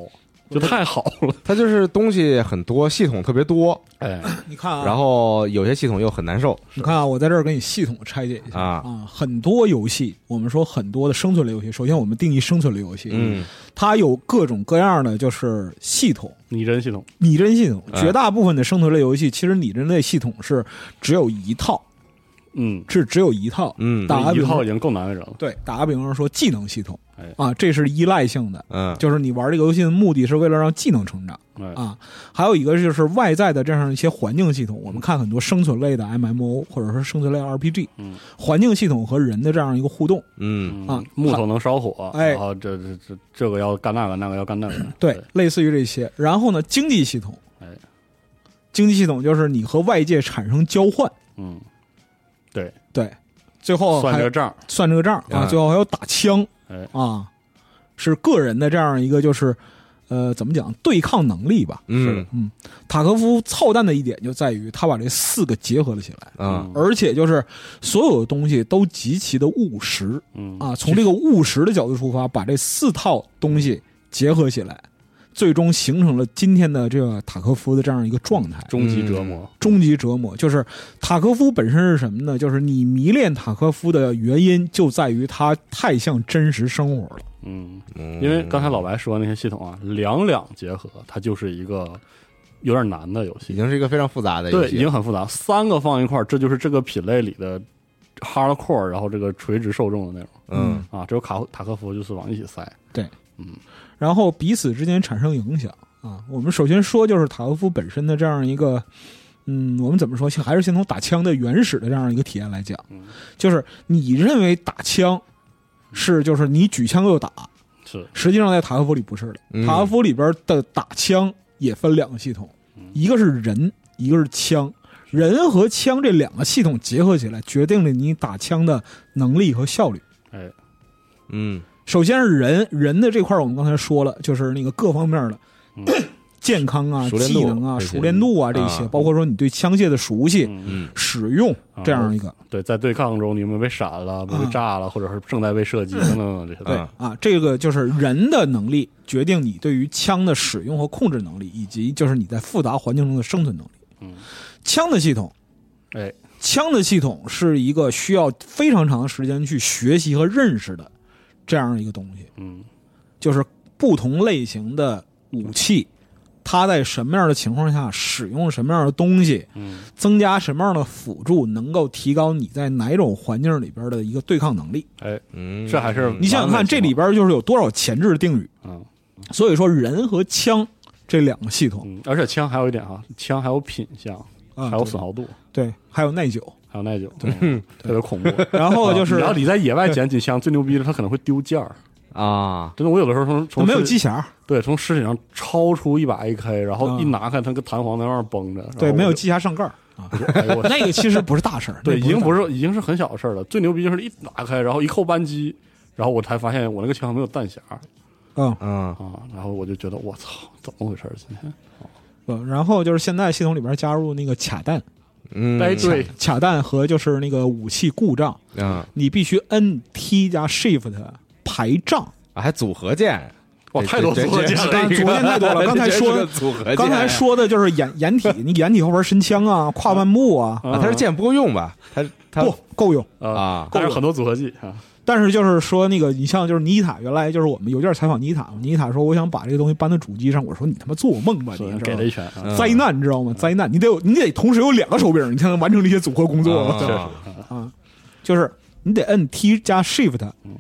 B: 就太好
A: [laughs]
B: 了。
A: 它就是东西很多，系统特别多，
B: 哎，
C: 你看啊，
A: 然后有些系统又很难受
C: 你看啊，我在这儿给你系统拆解一下
A: 啊
C: 很多游戏，我们说很多的生存类游戏，首先我们定义生存类游戏，
A: 嗯，
C: 它有各种各样的就是系统。
B: 拟真系统，
C: 拟真系统，
A: 哎
C: 绝大部分的生存类游戏，其实拟真类系统是只有一套，
B: 嗯，
C: 是只有一套。
A: 嗯
C: 打个
B: 一
C: 比
B: 套
C: 方
B: 已，经够难为人了。
C: 对，打个比方说技能系统
B: 哎，
C: 啊，这是依赖性的，
A: 嗯，
C: 就是你玩这个游戏的目的是为了让技能成长
B: 哎，
C: 啊。还有一个就是外在的这样一些环境
B: 嗯
C: 系统，我们看很多生存类的 MMO 或者说生存类 RPG，
B: 嗯
C: 环境系统和人的这样一个互动，
A: 嗯
B: 嗯
C: 啊
B: 木头能烧火，
C: 哎
B: 然后这这这这个要干那个，那个要干那个，
C: 对，类似于这些。然后呢，经济系统
B: 哎，
C: 经济系统就是你和外界产生交换，
B: 嗯，
C: 对，最后
B: 算
C: 哦还
B: 这
C: 有
B: 个账，
C: 算这个账啊，
A: 哎
C: 最后还有打枪
B: 哎，
C: 啊，是个人的这样一个就是，呃，怎么讲对抗能力吧。
A: 嗯
C: 塔科夫操蛋的一点就在于他把这四个结合了起来，
A: 啊
B: 嗯
C: 而且就是所有的东西都极其的务实
B: 嗯
C: 啊，从这个务实的角度出发，把这四套东西结合起来，最终形成了今天的这个塔科夫的这样一个状态。
B: 终极折磨，
C: 终极折磨。就是塔科夫本身是什么呢？就是你迷恋塔科夫的原因就在于他太像真实生活了。
B: 嗯，
A: 嗯，
B: 因为刚才老白说那些系统啊，两两结合，它就是一个有点难的游
A: 已
B: 戏，
A: 经是一个非常复杂的游
B: 对，已
A: 戏
B: 经，很复杂，三个放一块儿，这就是这个品类里的 hardcore，然后这个垂直受众的那种
A: 嗯，
B: 啊，只有卡塔科夫就是往一起塞，
C: 然后彼此之间产生影响啊。我们首先说就是塔科夫本身的这样一个。嗯，我们怎么说？还是先从打枪的原始的这样一个体验来讲
B: 嗯，
C: 就是你认为打枪是就是你举枪就打，
B: 是
C: 实际上在塔科夫里不是的。
A: 嗯
C: 塔科夫里边的打枪也分两个系统，一个是人，一个是枪。人和枪这两个系统结合起来，决定了你打枪的能力和效率。
B: 哎，
A: 嗯
C: 首先是人，人的这块儿我们刚才说了，就是那个各方面的、
B: 嗯
C: [coughs] 健康啊、
A: 熟练度
C: 技能啊、
A: 这些
C: 熟练度啊这些，
A: 啊
C: 包括说你对枪械的熟悉、
B: 嗯，
A: 嗯
C: 使用这样一个。
B: 对，在对抗中你有没有被闪了，被
C: 啊
B: 炸了，或者是正在被射击等等等这些，
A: 对
B: 东西。
C: 啊，这个就是人的能力决定你对于枪的使用和控制能力，以及就是你在复杂环境中的生存能力。
B: 嗯，
C: 枪的系统，
B: 哎，
C: 枪的系统是一个需要非常长的时间去学习和认识的这样一个东西，
B: 嗯，
C: 就是不同类型的武器，它在什么样的情况下使用什么样的东西，
B: 嗯，
C: 增加什么样的辅助，能够提高你在哪种环境里边的一个对抗能力。
B: 哎，
A: 嗯，
B: 这还是
C: 你想想看，这里边就是有多少前置定语，
B: 嗯
C: 所以说人和枪这两个系统
B: 嗯，而且枪还有一点啊，枪还有品相，
C: 啊，
B: 还有损耗度，
C: 对，还有耐久，
B: 还有耐久，嗯特别恐怖。
C: 然后就是
B: 然后你在野外捡起枪，最牛逼的，它可能会丢件儿。
A: 啊，
B: 真的，我有的时啊候从从
C: 没有
B: 尸
C: 机匣儿，
B: 对，从尸体上抄出一把 AK，然后
C: 啊
B: 一拿开，它跟弹簧在那儿绷着。然后
C: 对，
B: 我
C: 没有
B: 就
C: 机匣上盖儿啊。
B: 哎 [laughs] 呦我
C: 那个其实不是大事儿，
B: 对，已
C: 那
B: 经
C: 不
B: 不
C: 大事儿
B: 是已经是很小的事儿了。最牛逼就是一打开，然后一扣扳机，然后我才发现我那个枪没有弹匣儿
C: 嗯
A: 嗯
B: 啊，然后我就觉得我操，怎么回事儿？今天，
C: 嗯。然后就是现在系统里边加入那个卡弹，
A: 嗯，
B: 哎，对，
C: 卡弹和就是那个武器故障，
A: 啊，
C: 你必须 N T 加 Shift 排障。
A: 啊还组合键，
B: 哇，
A: 这
B: 太多
A: 这
B: 组合
A: 这
B: 键了，
C: 刚昨天太
A: [laughs]
C: 多了，刚才
A: 这
C: 说
A: 是个组合键，
C: 刚才说的就是掩掩体，你掩体后边神枪啊，跨半步啊，
B: 啊
A: 啊，它是键不够用吧？它它
C: 不够用。
A: 啊
B: 但是很多组合技啊，
C: 但是就是说那个，你像就是妮塔，原来就是我们邮件采访妮塔嘛，妮塔说我想把这个东西搬到主机上，我说你他妈做梦吧，
B: 是
C: 你知
B: 给
C: 道
B: 了
C: 吗
B: 一拳啊，
A: 嗯
C: 灾难，你知道吗？灾难，你得有你得同时有两个手柄，你才能完成这些组合工作。
A: 啊
B: 是
C: 就是你得摁 T 加 Shift
B: 嗯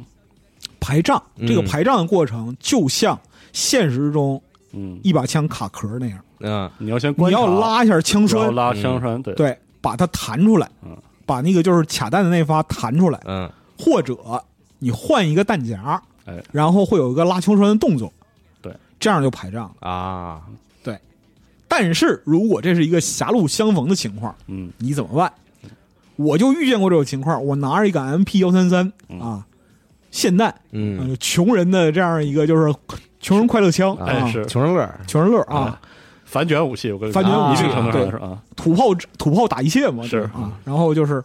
C: 排障，
A: 嗯
C: 这个排障的过程就像现实中
B: 嗯，
C: 一把枪卡壳那样，
A: 嗯
B: 你要先
C: 你
B: 观察
C: 要拉一下枪
B: 然后
C: 栓，
B: 拉枪栓，对，
C: 对，把它弹出来
B: 嗯，
C: 把那个就是卡弹的那发弹出来，
A: 嗯
C: 或者你换一个弹夹
B: 哎，
C: 然后会有一个拉枪栓的动作，
B: 对，
C: 这样就排障了。
A: 啊，
C: 但是如果这是一个狭路相逢的情况，
B: 嗯，
C: 你怎么办？我就遇见过这种情况，我拿着一个 MP 幺三三
B: 嗯
C: 啊，霰弹，
A: 嗯，
C: 嗯，穷人的这样一个就是穷人快乐枪
A: 啊
C: 啊
B: 哎，是哎
A: 穷人乐儿
C: 穷人乐啊，
B: 反卷武器，我跟你
C: 反
B: 说
C: 卷武
B: 一
C: 器
B: 定程度上
C: 对
B: 来说啊，
C: 土炮土炮打一切嘛，
B: 是
C: 对啊，然后就是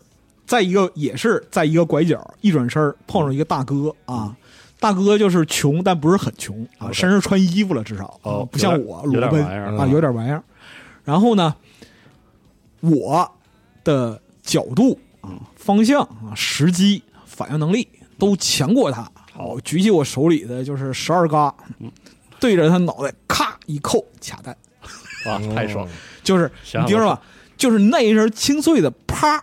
C: 在一个也是在一个拐角一转身儿碰上一个大哥啊，大哥就是穷，但不是很穷啊，
B: OK
C: 身上穿衣服了至少，
B: 哦
C: 啊不像
B: 有点
C: 我
B: 有
C: 裸
B: 点
C: 奔
B: 玩意儿嗯
C: 啊，有点玩意儿。然后呢，我的角度啊、方向啊、时机、反应能力都强过他。我举起我手里的就是十二嘎，
B: 嗯
C: 对着他脑袋咔一扣，卡弹，
B: 啊，
A: 哦
B: 太爽了！
C: 就是
B: 想
C: 你听着吧，就是那一声清脆的啪，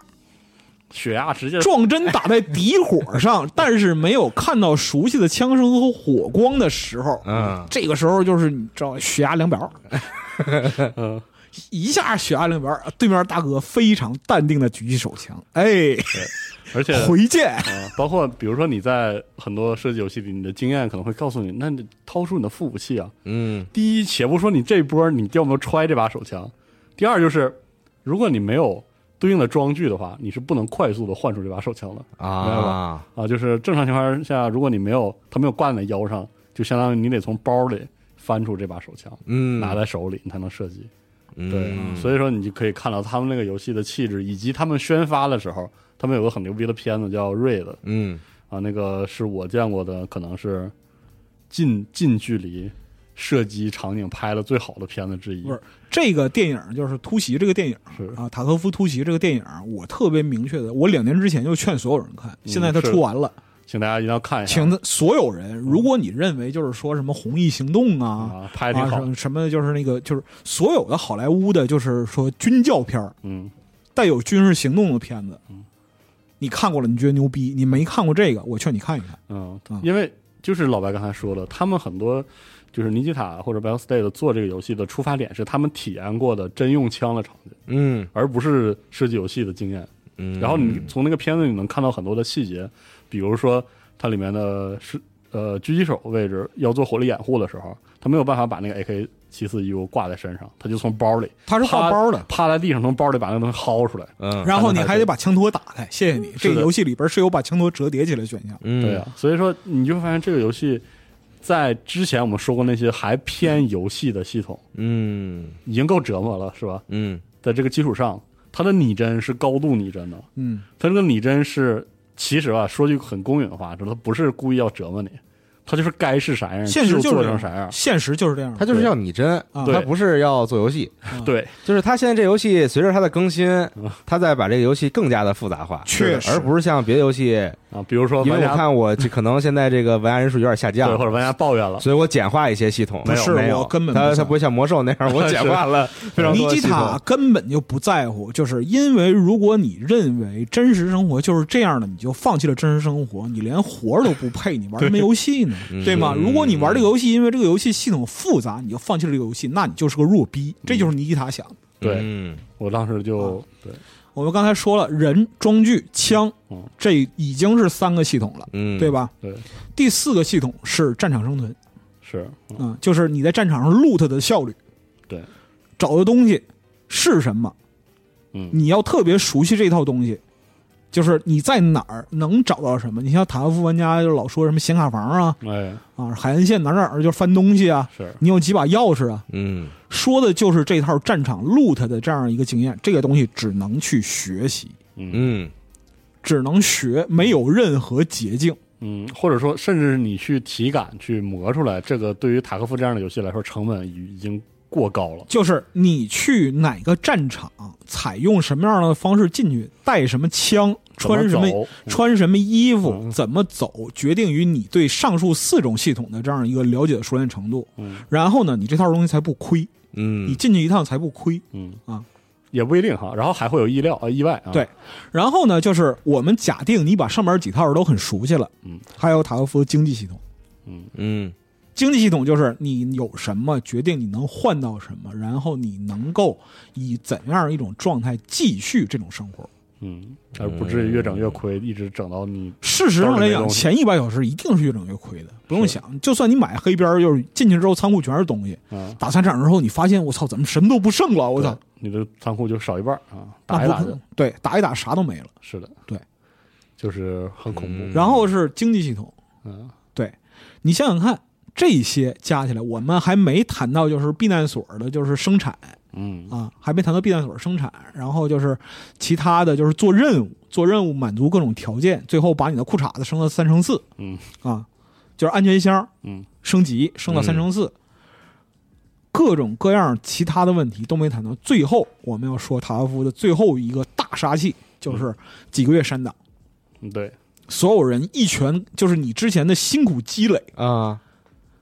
B: 血压直接
C: 撞针打在底
B: [laughs]
C: 火上，但是没有看到熟悉的枪声和火光的时候，
A: 嗯，
C: 这个时候就是你知道血压两百二，
B: [laughs] 嗯
C: 一下血压两百二，对面大哥非常淡定的举起手枪，哎，
B: 而且
C: 回见，
B: 啊，包括比如说你在很多射击游戏里，你的经验可能会告诉你，那你掏出你的副武器啊。
A: 嗯，
B: 第一，且不说你这波你掉没有揣这把手枪；第二就是，如果你没有对应的装具的话，你是不能快速的换出这把手枪的明白
A: 啊
B: 吧，啊。就是正常情况下，如果你没有它没有挂在你腰上，就相当于你得从包里翻出这把手枪，
A: 嗯，
B: 拿在手里你才能射击。
A: 嗯
B: 对，所以说你就可以看到他们那个游戏的气质，以及他们宣发的时候，他们有个很牛逼的片子叫《Red》
A: 嗯，
B: 啊，那个是我见过的，可能是近近距离射击场景拍的最好的片子之一。
C: 不是这个电影就是《突袭》这个电影
B: 是
C: 啊，塔科夫《突袭》这个电影，我特别明确的，我两年之前就劝所有人看，现在
B: 嗯
C: 它
B: 是
C: 出完了，
B: 请大家一定要看一下
C: 请所有人，如果你认为就是说什么《红翼行动》啊，
B: 啊，拍的挺
C: 啊
B: 好
C: 什。么什么就是那个就是所有的好莱坞的，就是说军教片儿
B: 嗯，
C: 带有军事行动的片子，你看过了，你觉得牛逼；你没看过这个，我劝你看一看。
B: 嗯
C: 啊，
B: 因为就是老白刚才说了，他们很多就是尼基塔或者 Biostate 做这个游戏的出发点是他们体验过的真用枪的场景，
A: 嗯
B: 而不是射击游戏的经验。
A: 嗯，
B: 然后你从那个片子里能看到很多的细节，比如说它里面的是呃狙击手位置要做火力掩护的时候，他没有办法把那个 AK 七四 U 挂在身上，他就从包里
C: 它是挂
B: 趴
C: 包的，
B: 趴在地上从包里把那个东西薅出来。
A: 嗯
C: 然后你还得把枪托打开。谢谢你，
B: 是
C: 这
B: 的
C: 个游戏里边是有把枪托折叠起来的选项。
A: 嗯
B: 对啊，所以说你就会发现这个游戏在之前我们说过那些还偏游戏的系统
A: 嗯
B: 已经够折磨了，是吧？
A: 嗯
B: 在这个基础上，它的拟真是高度拟真的，
C: 嗯，
B: 它这个拟真是其实啊，说句很公允的话，就是它不是故意要折磨你，它就是该嗯是啥样
C: 现实就
B: 做
C: 是
B: 成啥样。
C: 现实就是这样。
A: 他就是要拟真，
C: 啊
A: 他不是要做游戏，
B: 对，
A: 就是他现在这游戏随着它的更新，
B: 嗯
A: 他在把这个游戏更加的复杂化，
C: 确实
A: 而不是像别的游戏，
B: 啊，比如说
A: 因
B: 玩
A: 为我
B: 家
A: 看我这可能现在这个玩家人数有点下
B: 对或
A: 降，
B: 者玩家抱
A: [laughs]
B: 怨了，
A: 所以我简化一些系统，
C: 不是
A: 没有
C: 我根本不
A: 他他
C: 像
A: 不会像魔兽那样，我简化
B: [laughs]
A: 了非常
C: 尼
A: 多的
C: 基
A: 系统
C: 塔根本就不在乎，就是因为如果你认为真实生活就是这样的，你就放弃了真实生活，你连活儿都不配，
A: [laughs]
C: 你玩什么游戏呢？对吗？
A: 嗯
C: 如果你玩这个游戏，因为这个游戏系统复杂，你就放弃了这个游戏，那你就是个弱逼。这就是尼基塔想的。
B: 对
A: 嗯
B: 我当时就对
C: 我们刚才说了，人、装具、枪
B: 嗯，
C: 这已经是三个系统了，
A: 嗯，
C: 对？吧？
B: 对
C: 第四个系统是战场生存，
B: 是嗯
C: 嗯，就是你在战场上 loot 的效率，
B: 对，
C: 找的东西是什么？
B: 嗯
C: 你要特别熟悉这套东西，就是你在哪儿能找到什么。你像塔科夫玩家就老说什么显卡房啊
B: 哎
C: 啊，海岸线哪儿哪儿就翻东西啊，
B: 是
C: 你有几把钥匙啊，
A: 嗯
C: 说的就是这套战场 loot 的这样一个经验。这个东西只能去学习，
B: 嗯
A: 嗯
C: 只能学，没有任何捷径。
B: 嗯，或者说甚至是你去体感去磨出来，这个对于塔科夫这样的游戏来说，成本已已经过高了。
C: 就是你去哪个战场，采用什么样的方式进去，带什么枪，
B: 怎么
C: 穿什么
B: 走
C: 穿什么衣服，
B: 嗯
C: 怎么走，决定于你对上述四种系统的这样一个了解的熟练程度。
B: 嗯
C: 然后呢，你这套东西才不亏，你
A: 嗯
C: 进去一趟才不亏。
B: 嗯
C: 啊，
B: 也不一定哈。然后还会有意料啊意外啊。
C: 对然后呢，就是我们假定你把上面几套都很熟悉了，
B: 嗯，
C: 还有塔科夫经济系统。
A: 嗯
C: 经济系统就是你有什么决定你能换到什么，然后你能够以怎样一种状态继续这种生活。
B: 嗯，而不至于越整越亏，一直整到你
C: 事实上来讲，前一百小时一定是越整越亏的，不用想。就算你买黑边儿，就是进去之后仓库全是东西，
B: 啊，
C: 打三场之后，你发现我操，怎么什么都不剩了？我操，
B: 你的仓库就少一半儿啊，
C: 那
B: 打一
C: 不
B: 打
C: 可
B: 就
C: 能对，打一打啥都没了。
B: 是的，
C: 对，
B: 就是很恐
A: 嗯
B: 怖。
C: 然后是经济系统，
B: 嗯，
C: 对你想想看，这些加起来，我们还没谈到就是避难所的，就是生产
B: 嗯
C: 啊，还没谈到避难所生产，然后就是其他的就是做任务，做任务满足各种条件，最后把你的裤衩子升到三乘四
B: 嗯
C: 啊，就是安全箱
B: 嗯，
C: 升级升
A: 嗯
C: 到三乘四，各种各样其他的问题都没谈到。最后我们要说塔科夫的最后一个大杀器，就是几个月删档，
B: 嗯对，
C: 所有人一拳就是你之前的辛苦积累，
A: 啊，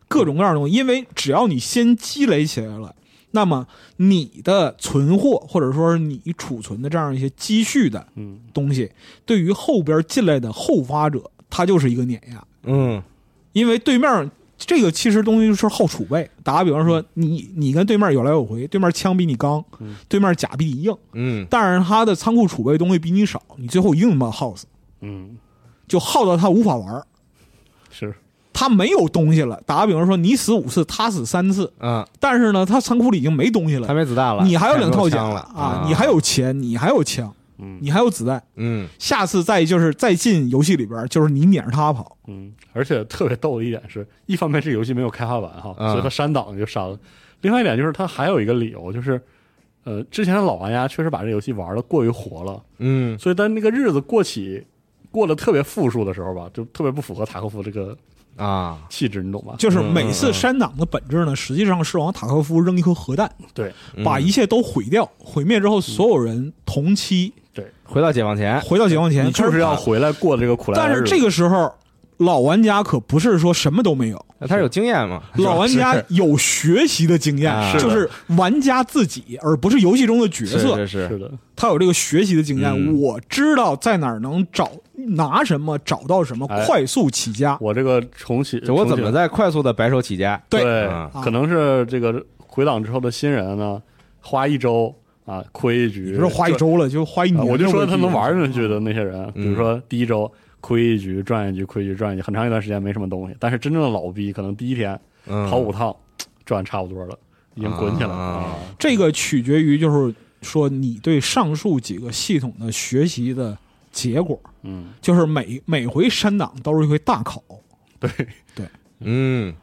C: 各种各样的东西，因为只要你先积累起来了，那么你的存货或者说是你储存的这样一些积蓄的
B: 嗯，
C: 东西，对于后边进来的后发者，它就是一个碾压，
A: 嗯
C: 因为对面。这个其实东西就是后储备。打个比方说，你你跟对面有来有回，对面枪比你刚
B: 嗯，
C: 对面甲比你硬，
A: 嗯
C: 但是他的仓库储备东西比你少，你最后一定他妈耗死，
B: 嗯，
C: 就耗到他无法玩儿，
B: 是，
C: 他没有东西了。打个比方说，你死五次，他死三次，
A: 啊，
C: 但是呢，他仓库里已经没东西了
A: 他，没子弹了，
C: 你还有两套
A: 太
C: 甲
A: 多枪了
C: 啊，你还有钱，你还有枪，
B: 嗯
C: 你还有子弹。
A: 嗯
C: 下次再就是再进游戏里边，就是你撵着他跑，
B: 嗯，而且特别逗的一点是，一方面这个游戏没有开发完哈，
A: 啊
C: 嗯
B: 所以它删档就删了；，另外一点就是它还有一个理由就是。呃，之前的老玩家确实把这游戏玩的过于活了，
A: 嗯
B: 所以当那个日子过起过得特别富庶的时候吧，就特别不符合塔科夫这个
A: 啊，
B: 气质，你懂吧？
C: 就是
A: 嗯
C: 每
A: 嗯
C: 次
A: 嗯
C: 删档的本质呢，实际上是往塔科夫扔一颗核弹，
B: 对
C: 把一切都毁掉，毁灭之后，所有人同期
B: 对，
A: 回到解放前，
C: 回到解放前
B: 哎你
C: 开
B: 就
C: 始
B: 是要
C: 跑。
B: 回来过这个苦难
C: 但
B: 的
C: 是
B: 日子。
C: 这个时候，老玩家可不是说什么都没有，
A: 他是有经验嘛？
C: [laughs] 老玩家有学习的经
A: 啊
C: 验，
A: 是的
C: 就是玩家自己，而不是游戏中的角
A: 是
C: 色。
A: 是是，
B: 是的，
C: 他有这个学习的经验，
A: 嗯
C: 我知道在哪儿能找拿什么，找到什么，
B: 哎
C: 快速起家。
B: 我这个重启，
A: 就我怎么
B: 重启
A: 在快速的白手起家？
C: 对
B: 对
A: 啊，
B: 可能是这个回档之后的新人呢，花一周啊亏一局，
C: 不是花一周了，就花一
B: 赚，
C: 年、
B: 啊我就说他能玩
C: 上
B: 进
C: 去
B: 去
C: 的。
B: 的那些人，
A: 嗯
B: 比如说第一周亏一局赚一局，亏一局赚一局，很长一段时间没什么东西，但是真正的老逼可能第一天
A: 嗯
B: 跑五趟赚差不多了，已经滚起来了
A: 啊
B: 啊，
C: 这个取决于就是说你对上述几个系统的学习的结果，
B: 嗯，
C: 就是每每回删档都是一回大考，
B: 对，
A: 嗯，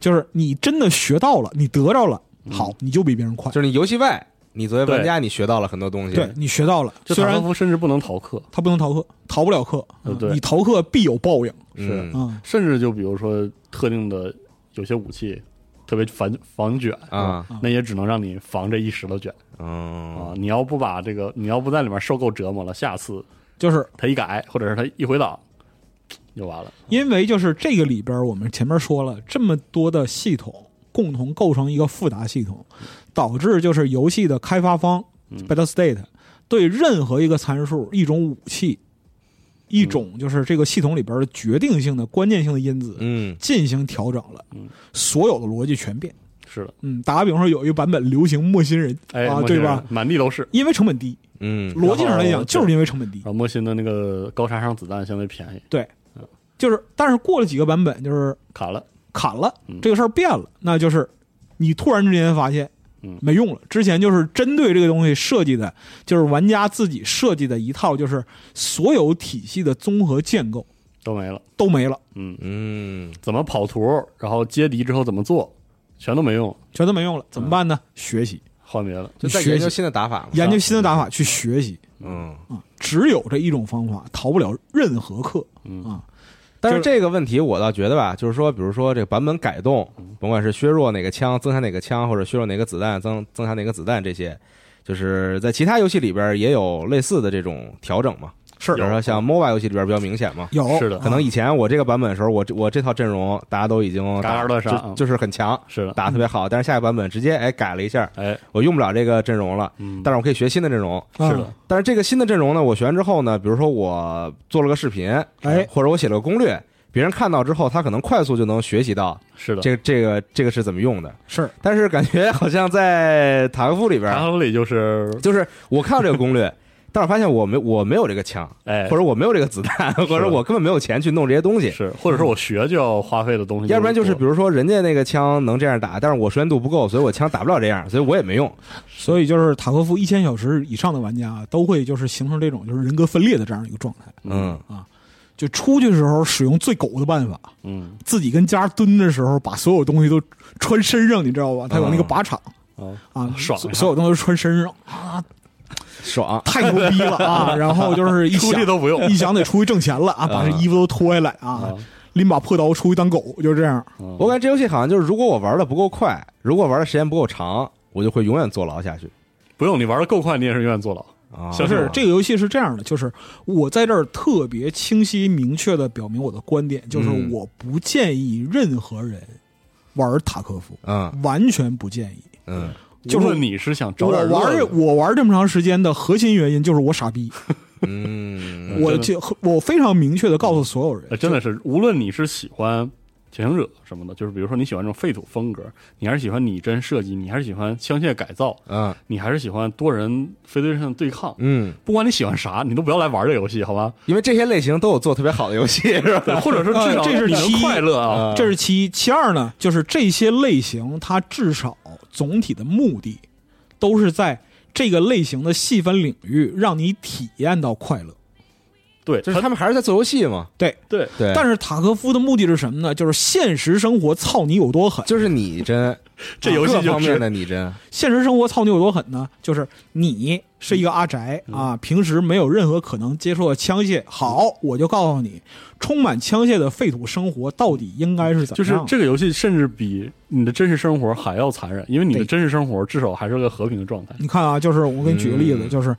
C: 就是你真的学到了，你得着了，
B: 嗯
C: 好，你就比别人快。
A: 就是你游戏外，你作为玩家，你学到了很多东西。
C: 对你学到了，
B: 就
C: 虽
B: 塔科
C: 然
B: 夫甚至不能逃课，
C: 他不能逃课，逃不了课，
B: 呃
C: 嗯
B: 对
C: 你逃课必有报应
A: 嗯，
C: 啊！
B: 甚至就比如说特定的有些武器特别反防卷
A: 啊，
B: 那也只能让你防这一时的卷啊
A: 嗯。
B: 你要不把这个，你要不在里面受够折磨了，下次
C: 就是
B: 他一改，或者是他一回档，就完了。
C: 因为就是这个里边儿，我们前面说了这么多的系统共同构成一个复杂系统，导致就是游戏的开发方
B: 嗯
C: Battle State 对任何一个参数、一种武器、
B: 嗯
C: 一种就是这个系统里边儿的决定性的关键性的因子
A: 嗯
C: 进行调整了
B: 嗯，
C: 所有的逻辑全变。
B: 是的，
C: 嗯，打个比方说，有一个版本流行墨心人
B: 哎，
C: 啊，
B: 莫
C: 对
B: 辛
C: 吧？？
B: 满地都是。
C: 因为成本低，
A: 嗯
C: 逻辑上来
B: 然
C: 讲
B: 后
C: 就是因为成本低。
B: 啊，莫辛的那个高杀伤子弹相对便宜，
C: 就是，但是过了几个版本，就是
B: 砍了。
C: 砍了
B: 嗯，
C: 这个事儿变了，那就是你突然之间发现
B: 嗯
C: 没用了。之前就是针对这个东西设计的，就是玩家自己设计的一套，就是所有体系的综合建构
B: 都没了，
C: 都没了，
B: 嗯，
A: 嗯
B: 怎么跑图，然后接敌之后怎么做，全都没用了，
C: 全都没
B: 嗯
C: 用了，怎么办呢？学习，
B: 换别的。
A: 就在
C: 你学
A: 研究
C: 习
A: 新的打法嘛。
C: 研究新的打法去学习
A: 嗯，
C: 啊，只有这一种方法，逃不了任何课
B: 嗯
C: 啊。
A: 但是
C: 就是
A: 这个问题我倒觉得吧，就是说，比如说这个版本改动，甭管是削弱哪个枪，增强哪个枪，或者削弱哪个子弹，增增强哪个子弹，这些，就是在其他游戏里边也有类似的这种调整嘛。
C: 是
A: 比如说像 MOBA 游戏里边比较明显嘛。
C: 有啊
B: 是的
A: 可能以前我这个版本的时候，我这我这套阵容大家都已经
B: 嘎
A: 打
B: 嘎乱杀
A: 就
B: 嗯
A: 就是很强，
B: [laughs] 是的，
A: 打得特别好。但是下一个版本直接哎改了一下，
B: 哎，
A: 我用不了这个阵容了，
B: 嗯，
A: 但是我可以学新的阵容。
C: 啊
B: 是的，
A: 但是这个新的阵容呢，我学完之后呢，比如说我做了个视频，
C: 哎
A: 或者我写了个攻略，别人看到之后，他可能快速就能学习到
B: 是的，
A: 这这个这个是怎么用的。
C: 是
A: 但是感觉好像在塔科夫里边
B: 然
A: 儿，
B: 后里就是
A: 就是我看到这个攻略，但是我发现我没我没有这个枪，
B: 哎
A: 或，者我没有这个子弹，或者我根本没有钱去弄这些东西。
B: 是，或者说我学就要花费的东西，
A: 要不然就是，比如说人家那个枪能这样打，但是我熟练度不够，所以我枪打不了这样，所以我也没用。
C: 所以就是塔科夫一千小时以上的玩家啊都会就是形成这种就是人格分裂的这样一个状态，
A: 嗯
C: 就出去的时候使用最狗的办法，
B: 嗯，
C: 自己跟家蹲的时候，把所有东西都穿身上，你知道吧？他有那个靶场、
B: 哦，
C: 啊，
B: 爽
C: 所所有东西都穿身上，
A: 爽。
C: 太牛逼了啊！然后就是一
B: 出
C: 想
B: 力都不用
C: 一想得出去挣钱了啊，把这衣服都脱下来啊，
B: 啊，
C: 拎把破刀出去当狗，就这样。
A: 我感觉这游戏好像就是，如果我玩的不够快，如果玩的时间不够长，我就会永远坐牢下去。
B: 不用你玩的够快，你也是永远坐牢。
A: 啊，
B: 小
C: 不是
B: 事
C: 这个游戏是这样的，就是我在这儿特别清晰明确的表明我的观点，就是
A: 嗯
C: 我不建议任何人玩塔科夫，
A: 嗯
C: 完全不建议。
A: 嗯，
C: 就是
B: 无论你是想找
C: 我
B: 点
C: 玩
B: 乐
C: 这
B: 子
C: 我玩这么长时间的核心原因就是我傻
B: [laughs]
C: 逼，
A: 嗯，
C: 我
B: 真的
C: 就我非常明确的告诉所有人
B: 呃，，真的是，无论你是喜欢潜行者什么的，就是比如说你喜欢这种废土风格，你还是喜欢拟真设计，你还是喜欢枪械改造，
A: 嗯
B: 你还是喜欢多人非对称对抗，
A: 嗯，
B: 不管你喜欢啥，你都不要来玩这游戏，好吧？
A: 因为这些类型都有做特别好的游戏，是吧？
B: 对，或者说至少
C: [laughs] 这是呃
B: 你能
C: 其一
B: 快乐啊。
A: 啊
C: 这是其一，其二呢，就是这些类型它至少总体的目的都是在这个类型的细分领域让你体验到快乐。
B: 对，
A: 就是他们还是在做游戏嘛。
C: 对，
B: 对
A: 对，
C: 但是塔科夫的目的是什么呢？就是现实生活操你有多狠。
A: 就是拟真，啊
B: 这游戏
A: 各
B: 就
A: 方面
B: 是
A: 的拟真，
C: 现实生活操你有多狠呢？就是你是一个阿宅啊，平时没有任何可能接触到枪械。好，我就告诉你，充满枪械的废土生活到底应该是怎
B: 就
C: 么
B: 是
C: 样的？
B: 这个游戏，甚至比你的真实生活还要残忍，因为你的
C: 对
B: 真实生活至少还是个和平的状态。
C: 你看啊，就是我给你举个例子，
A: 嗯
C: 就是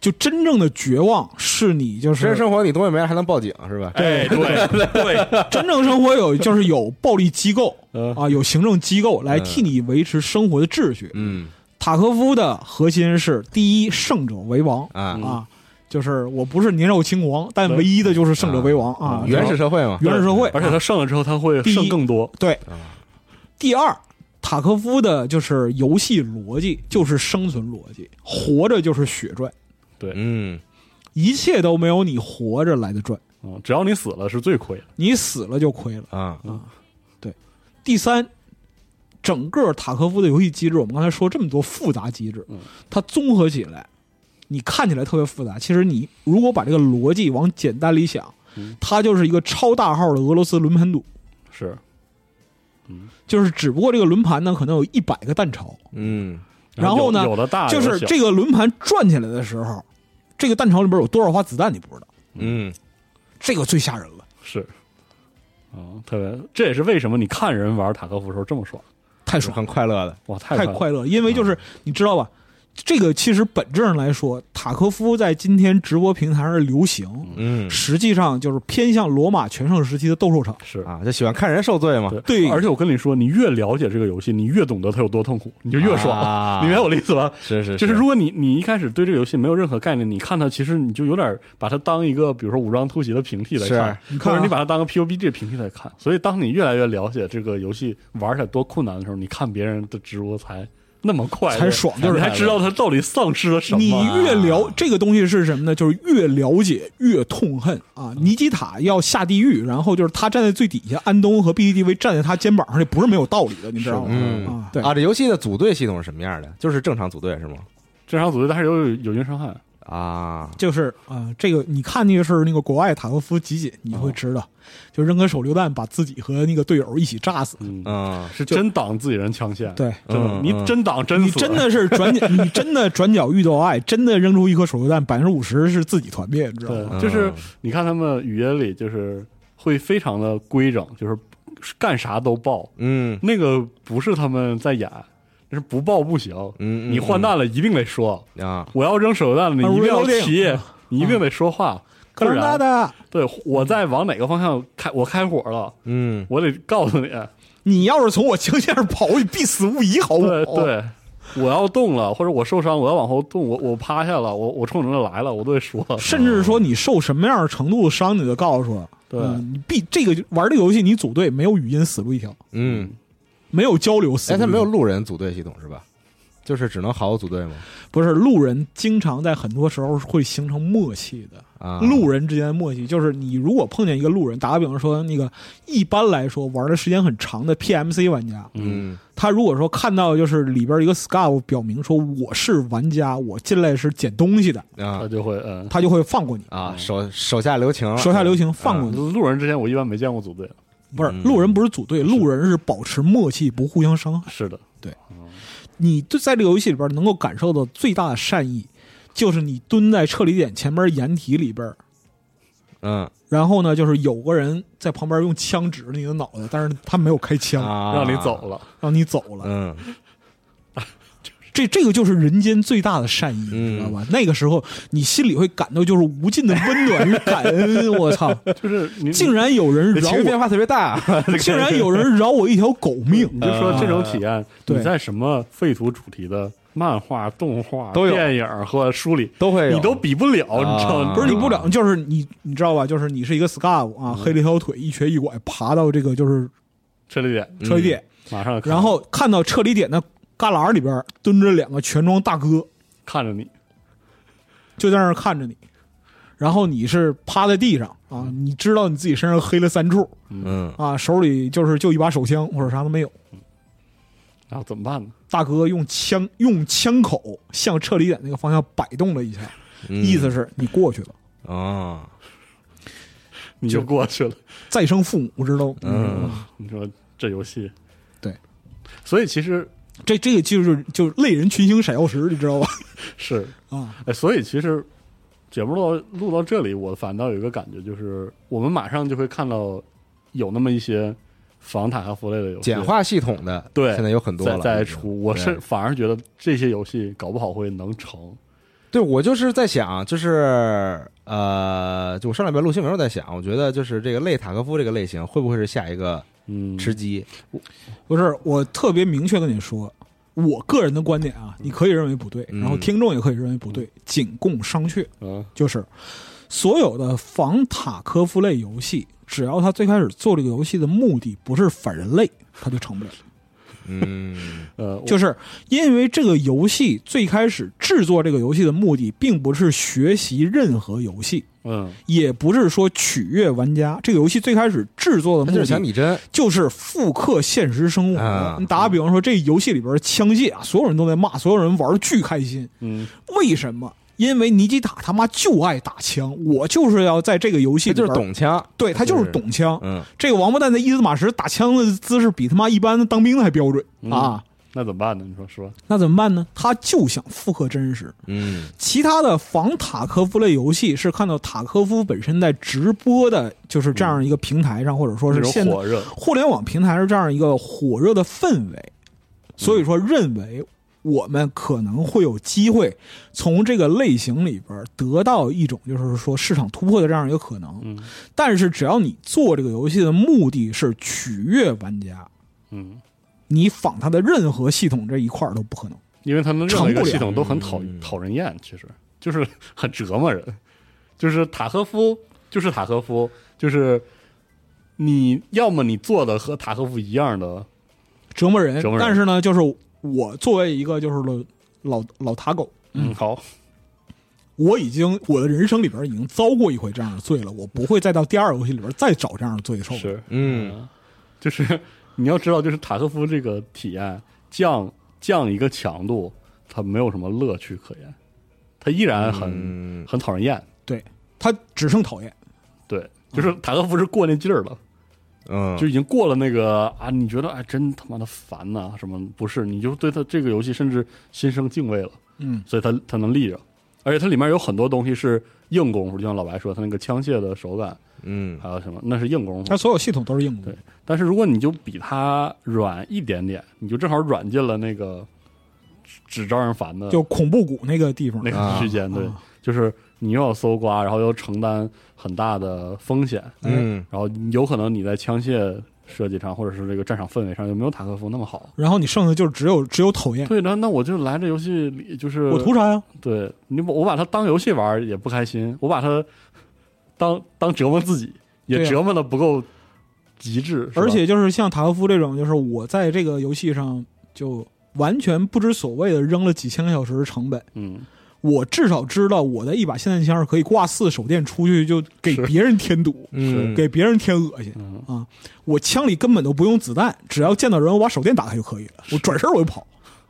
C: 就真正的绝望是你就
A: 真实
C: 是
A: 生活你东西没了还能报警是吧？
B: 哎，对对，
C: 真正生活有 [laughs] 就是有暴力机构
B: 嗯
C: 啊，有行政机构来
A: 嗯
C: 替你维持生活的秩序。
A: 嗯
C: 塔科夫的核心是第一，胜者为王
A: 啊，
C: 啊，就是我不是年少轻狂，但唯一的就是胜者为王啊，
A: 原始社会嘛，
C: [laughs] 原始社会。
B: 而且他胜了之后，他会
C: 第一
B: 胜更多。
C: 对，第二，塔科夫的就是游戏逻辑就是生存逻辑，活着就是血赚，
A: 嗯
C: 一切都没有你活着来的赚，
B: 嗯，只要你死了是最亏的。
C: 你死了就亏了。
A: 啊，
C: 第三，整个塔科夫的游戏机制，我们刚才说这么多复杂机制，它综合起来，你看起来特别复杂，其实你如果把这个逻辑往简单里想，它就是一个超大号的俄罗斯轮盘赌，
B: 是，
C: 就是只不过这个轮盘呢，可能有一百个蛋巢，
A: 嗯
C: 然后呢
B: 有有的大，
C: 就
B: 有的
C: 是
B: 小
C: 这个轮盘转起来的时候，这个弹巢里边有多少发子弹你不知道，
A: 嗯
C: 这个最吓人了，
B: 是，啊、特别，这也是为什么你看人玩塔科夫的时候这么爽，
C: 太
A: 是
C: 爽，
A: 很快乐的，
B: 哇，太嗯
C: 太
B: 快
C: 快乐了，因为就是你知道吧。这个其实本质上来说，塔科夫在今天直播平台上的流行，
A: 嗯
C: 实际上就是偏向罗马全盛时期的斗兽场。
B: 是。
A: 啊，就喜欢看人受罪嘛，
C: 对
B: 而且我跟你说，你越了解这个游戏，你越懂得它有多痛苦，你就越爽。
A: 啊
B: 你明白我的意思吧？
A: 是是
B: 就是如果你你一开始对这个游戏没有任何概念，你看它其实你就有点把它当一个，比如说武装突袭的平替来看，
C: 你看啊
B: 或者你把它当个 PUBG 的平替来看。所以，当你越来越了解这个游戏玩起来多困难的时候，你看别人的直播才那么快乐，
C: 才爽就是
B: 你还知道他到底丧失了什么。啊
C: 你越了这个东西是什么呢？就是越了解越痛恨啊！尼基塔要下地狱，然后就是他站在最底下，安东和 BDDV 站在他肩膀上，这不是没有道理的，你知道吗？
A: 嗯
C: 啊，对
A: 啊，这游戏的组队系统是什么样的？就是正常组队是吗？
B: 正常组队，但是有有晕伤害。
A: 啊，
C: 就是啊、呃这个你看那个是那个国外塔科夫集锦，你
B: 哦
C: 会知道，就扔个手榴弹把自己和那个队友一起炸死。
B: 嗯，
A: 嗯，
B: 是真挡自己人枪线，
C: 对
B: 真的，
A: 嗯
B: 你
A: 嗯
B: 真挡真
C: 你
B: 死
C: 真的是转
B: [laughs]
C: 角，你真的转角遇到爱，真的扔出一颗手榴弹，百分之五十是自己团灭，你知道
B: 对，
C: 吗？
A: 嗯
B: 就是你看他们语言里就是会非常的规整，就是干啥都爆，
A: 嗯
B: 那个不是他们在演，那是不爆不行，
A: 嗯，嗯
B: 你换弹了一定得说，
A: 啊，
B: 我要扔手榴弹了，你一定要
C: Reloading
B: 提，你一定得说话，不
C: 克隆大
B: 然
C: 大，
B: 对啊我在往哪个方向开，我开火了，
A: 嗯
B: 我得告诉你，
C: 你要是从我枪线上跑，你必死无疑，好不
B: 对
C: 好？
B: 对。我要动了，或者我受伤，我要往后动，我我趴下了，我我冲你们来了，我都得说。
C: 甚至说你受什么样的程度的伤，你都告诉我。
B: 对
C: 嗯你必这个玩这个游戏，你组队没有语音死路一条，
A: 嗯，
C: 没有交流死路
A: 哎，
C: 一条。
A: 它没有路人组队系统是吧？就是只能好友组队吗？
C: 不是路人，经常在很多时候会形成默契的。
A: 啊，
C: 路人之间的默契就是，你如果碰见一个路人，打个比方说，那个一般来说玩的时间很长的 PMC 玩家，
A: 嗯
C: 他如果说看到就是里边一个 scout 表明说我是玩家，我进来是捡东西的，
B: 他
A: 啊
B: 就会嗯，
C: 他就会放过你，
A: 啊，手手下留情了，
C: 手下留情，放过你。
B: 路人之间我一般没见过组队，
C: 不是
A: 嗯
C: 路人不是组队，路人是保持默契，不互相伤害。
B: 是的，
C: 你对在这个游戏里边能够感受到最大的善意，就是你蹲在撤离点前面掩体里边，
A: 嗯
C: 然后呢，就是有个人在旁边用枪指着你的脑袋，但是他没有开枪，
A: 啊，
B: 让你走，了。
C: 让你走了。
A: 嗯
C: 这这个就是人间最大的善意，
A: 嗯
C: 你知道吧？那个时候你心里会感到就是无尽的温暖与感
A: [laughs]
C: 恩。我操，
B: 就是你
C: 竟然有人
A: 这
C: 饶
A: 情绪变
C: 我，
A: 化特别大， [laughs]
C: 竟然有人饶我一条狗命。
A: 嗯
B: 你就说这种体验，
C: 对
B: 你在什么废土主题的漫画、动画、
A: 都有
B: 电影和书里，
A: 都会有
B: 你都比不了，你知道吗？
A: 啊
C: 不是你
A: 嗯
C: 不了，就是你，你知道吧？就是你是一个 scar 啊，黑了一条腿，一瘸一拐爬到这个就是
B: 车里点，
C: 车点，
B: 马上
A: 嗯
B: 看
C: 嗯然后看到车里点的旮旯里边蹲着两个全装大哥，
B: 看着你，
C: 就在那儿看着你，然后你是趴在地上啊，你知道你自己身上黑了三处
A: 嗯
C: 啊，手里就是就一把手枪或者啥都没有。
B: 然后怎么办呢？
C: 大哥用枪用枪口向撤离点那个方向摆动了一下，
A: 嗯
C: 意思是你过去了，
A: 啊，
B: 你就过去了。
C: 再生父母知道吗？
A: 嗯
B: 你说这游戏，
C: 对，
B: 所以其实
C: 这这个就是就是类人群星闪耀时，你知道吧？ [laughs]
B: 是
C: 啊，
B: 哎，所以其实节目录到录到这里，我反倒有一个感觉，就是我们马上就会看到有那么一些防塔和弗类的游戏
A: 简化系统的，
B: 对
A: 现在有很多
B: 在
A: 了，
B: 在出，我是
A: 对
B: 反而觉得这些游戏搞不好会能成，
A: 对我就是在想，就是呃，就我上两边录新闻，我在想，我觉得就是这个类塔科夫这个类型会不会是下一个
B: 嗯，
A: 吃鸡？
C: 不是，我特别明确跟你说。我个人的观点啊，你可以认为不对，
A: 嗯
C: 然后听众也可以认为不对，仅供商榷。
B: 嗯
C: 就是所有的防塔科夫类游戏，只要他最开始做这个游戏的目的不是反人类，他就成不了。
B: [laughs]
A: 嗯
B: 呃，我
C: 就是因为这个游戏最开始制作这个游戏的目的，并不是学习任何游戏，
B: 嗯
C: 也不是说取悦玩家。这个游戏最开始制作
A: 它
C: 的
A: 就
C: 目
A: 是想
C: 的
A: 拟真，
C: 就是复刻现实生
A: 啊
C: 活。你打个比方说，这游戏里边枪械啊，所有人都在骂，所有人玩得巨开心。
B: 嗯，
C: 为什么？因为尼基塔他妈就爱打枪，我就是要在这个游戏
A: 它
C: 里
A: 就是
C: 边
A: 懂枪，
C: 对他就是懂枪。
A: 嗯，
C: 这个王八蛋在伊兹马什打枪的姿势比他妈一般的当兵的还标准
B: 嗯
C: 啊！
B: 那怎么办呢？你说说，
C: 那怎么办呢？他就想复刻真实。
A: 嗯
C: 其他的防塔科夫类游戏是看到塔科夫本身在直播的，就是这样一个平台上，或者说
B: 那
C: 是
B: 种
C: 现在
B: 火热，
C: 互联网平台是这样一个火热的氛围，所以说认为我们可能会有机会从这个类型里边得到一种就是说市场突破的这样一个可能。
B: 嗯
C: 但是只要你做这个游戏的目的是取悦玩家，
B: 嗯，
C: 你仿它的任何系统这一块儿都不可能。
B: 因为他们任何一
C: 成
B: 个
C: 不了
B: 系统都很讨
A: 嗯
B: 讨人厌，其实就是 [laughs] 很折磨人。就是塔科夫，就是塔科夫，就是你要么你做的和塔科夫一样的，
C: 折磨人，
B: 折磨人
C: 但是呢，就是我作为一个就是老老老塔狗，
B: 嗯，好，
C: 我已经我的人生里边已经遭过一回这样的罪了，我不会再到第二个游戏里边再找这样的罪受了。
B: 是，
A: 嗯，
B: 就是你要知道，就是塔科夫这个体验降降一个强度，它没有什么乐趣可言，它依然很、
A: 嗯
B: 很讨人厌。
C: 对他只剩讨厌，
B: 对，就是塔科夫是过那劲儿了，
A: 嗯，
B: 就已经过了那个啊，你觉得哎，真他妈的烦呐、什么不是？你就对他这个游戏甚至心生敬畏了，
C: 嗯，
B: 所以他他能立着，而且它里面有很多东西是硬功夫，就像老白说，他那个枪械的手感，
A: 嗯
B: 还有什么，那是硬功夫
C: 他。所有系统都是硬的
B: 对。但是如果你就比它软一点点，你就正好软进了那个只只招人烦的
C: 就恐怖谷那个地方
B: 那，个
A: 啊
B: 区间，对
C: 啊，
B: 就是你又要搜刮，然后又承担很大的风险，
A: 嗯
B: 然后有可能你在枪械设计上或者是这个战场氛围上就没有塔科夫那么好。
C: 然后你剩下就只有只有讨厌，
B: 对，那那我就来这游戏里，就是
C: 我图啥呀？
B: 对你把，我把它当游戏玩儿也不开心，我把它当当折磨自己，也
C: 对啊
B: 折磨的不够极致，是吧
C: 而且就是像塔科夫这种，就是我在这个游戏上就完全不知所谓的扔了几千个小时的成本，
B: 嗯，
C: 我至少知道我的一把霰弹枪是可以挂四手电出去就给
B: 是
C: 别人添堵，
A: 嗯，
C: 给别人添恶心
B: 嗯
C: 啊！我枪里根本都不用子弹，只要见到人我把手电打开就可以了，我转身我
B: [laughs]
C: 就跑。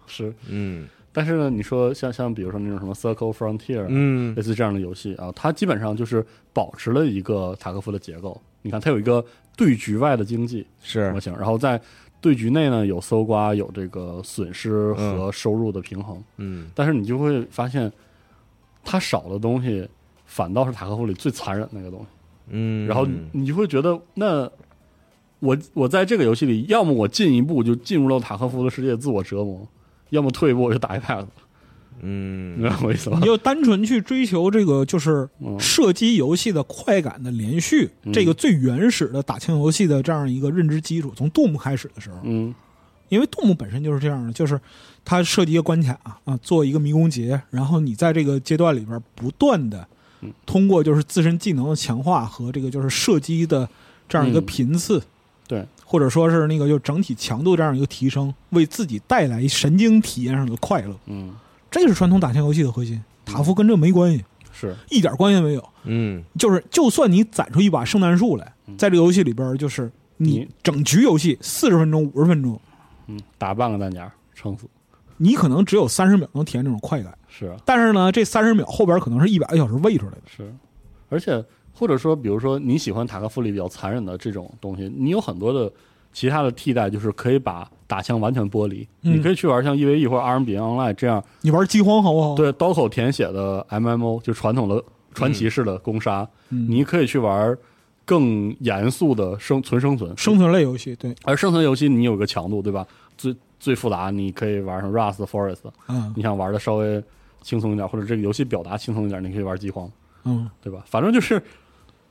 B: 是。
A: 嗯
B: 但是呢，你说像像比如说那种什么 Circle Frontier，、啊
A: 嗯
B: 类似这样的游戏啊，它基本上就是保持了一个塔科夫的结构。你看，它有一个对局外的经济
A: 是
B: 模型，然后在对局内呢有搜刮，有这个损失和收入的平衡。
A: 嗯
B: 但是你就会发现，它少的东西反倒是塔科夫里最残忍的那个东西，
A: 嗯，
B: 然后你就会觉得，那我我在这个游戏里，要么我进一步就进入了塔科夫的世界自我折磨，要么退一步我就打一 pass，
A: 嗯
B: 明白我意思吗
C: 你？就单纯去追求这个就是
B: 嗯
C: 射击游戏的快感的连续，这个最原始的打枪游戏的这样一个认知基础，从 Doom 开始的时候，
B: 嗯
C: 因为 Doom 本身就是这样的，就是它设计一个关卡啊啊，做一个迷宫结，然后你在这个阶段里边不断的
B: 嗯
C: 通过就是自身技能的强化和这个就是射击的这样一个
B: 嗯
C: 频次，
B: 对，
C: 或者说是那个就整体强度这样一个提升，为自己带来神经体验上的快乐，
B: 嗯，
C: 这是传统打枪游戏的核心。塔夫跟这没关系，
B: 是
C: 一点关系没有。
A: 嗯
C: 就是就算你攒出一把圣诞树来，在这个游戏里边，就是你
B: 嗯你
C: 整局游戏四十分钟、五十分钟，
B: 嗯，打半个弹夹撑死，
C: 你可能只有三十秒能体验这种快感。
B: 是
C: 但是呢，这三十秒后边可能是一百个小时喂出来的。
B: 是，而且或者说，比如说你喜欢塔科夫里比较残忍的这种东西，你有很多的其他的替代，就是可以把打枪完全剥离，
C: 嗯
B: 你可以去玩像 EVE 或者 RMB Online 这样
C: 你玩饥荒好不好？，
B: 对刀口舔血的 MMO，就传统的传奇式的攻杀，
C: 嗯
B: 你可以去玩更严肃的生存生存，
C: 生存类游戏，对，
B: 而生存游戏你有个强度，对吧？最最复杂，你可以玩上 Rust Forest，
C: 嗯
B: 你想玩的稍微轻松一点，或者这个游戏表达轻松一点，你可以玩饥荒。
C: 嗯，
B: 对吧？反正就是，